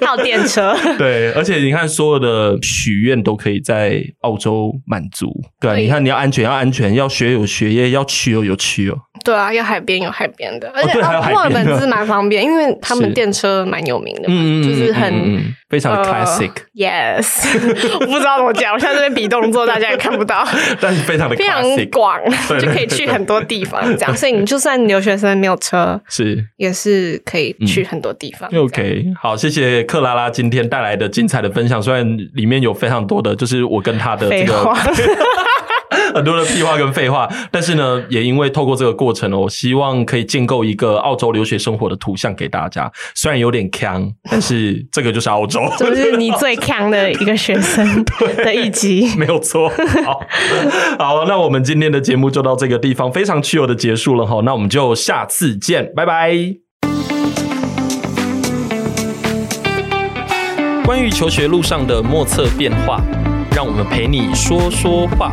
Speaker 2: 还有电车。
Speaker 1: 对，而且你看，所有的许愿都可以在澳洲满足。对啊，
Speaker 2: 对
Speaker 1: 你看，你要安全，要安全，要学有学业，要去有有去有。
Speaker 2: 对啊，有海边有海边的，而且
Speaker 1: 对还有
Speaker 2: 哦
Speaker 1: 海边
Speaker 2: 墨尔本是蛮方便，因为他们
Speaker 1: 是
Speaker 2: 电车蛮有名的嘛，
Speaker 1: 嗯嗯，
Speaker 2: 就是
Speaker 1: 嗯
Speaker 2: 很。
Speaker 1: 嗯嗯非常的
Speaker 2: 呃
Speaker 1: classic，、
Speaker 2: yes，我 不知道怎么讲，我现在这边比动作，大家也看不到，
Speaker 1: 但是非常的
Speaker 2: 非常
Speaker 1: classic
Speaker 2: 广，
Speaker 1: 对对
Speaker 2: 就可以去很多地方，这样。所以你就算留学生没有车，
Speaker 1: 是。
Speaker 2: 也是可以
Speaker 1: 嗯
Speaker 2: 去很多地方。这样
Speaker 1: OK，好，谢谢克拉拉今天带来的精彩的分享。虽然里面有非常多的，就是我跟她的这
Speaker 2: 废
Speaker 1: 个
Speaker 2: 话，
Speaker 1: 很多的屁话跟废话，但是呢，也因为透过这个过程哦，我希望可以建构一个澳洲留学生活的图像给大家。虽然有点坑，但是这个就是澳洲，
Speaker 2: 就是你最强的一个学生的一集。
Speaker 1: 没有错。好，好，那我们今天的节目就到这个地方，非常趣有的结束了哈。那我们就下次见，拜拜。关于求学路上的莫测变化，让我们陪你说说话。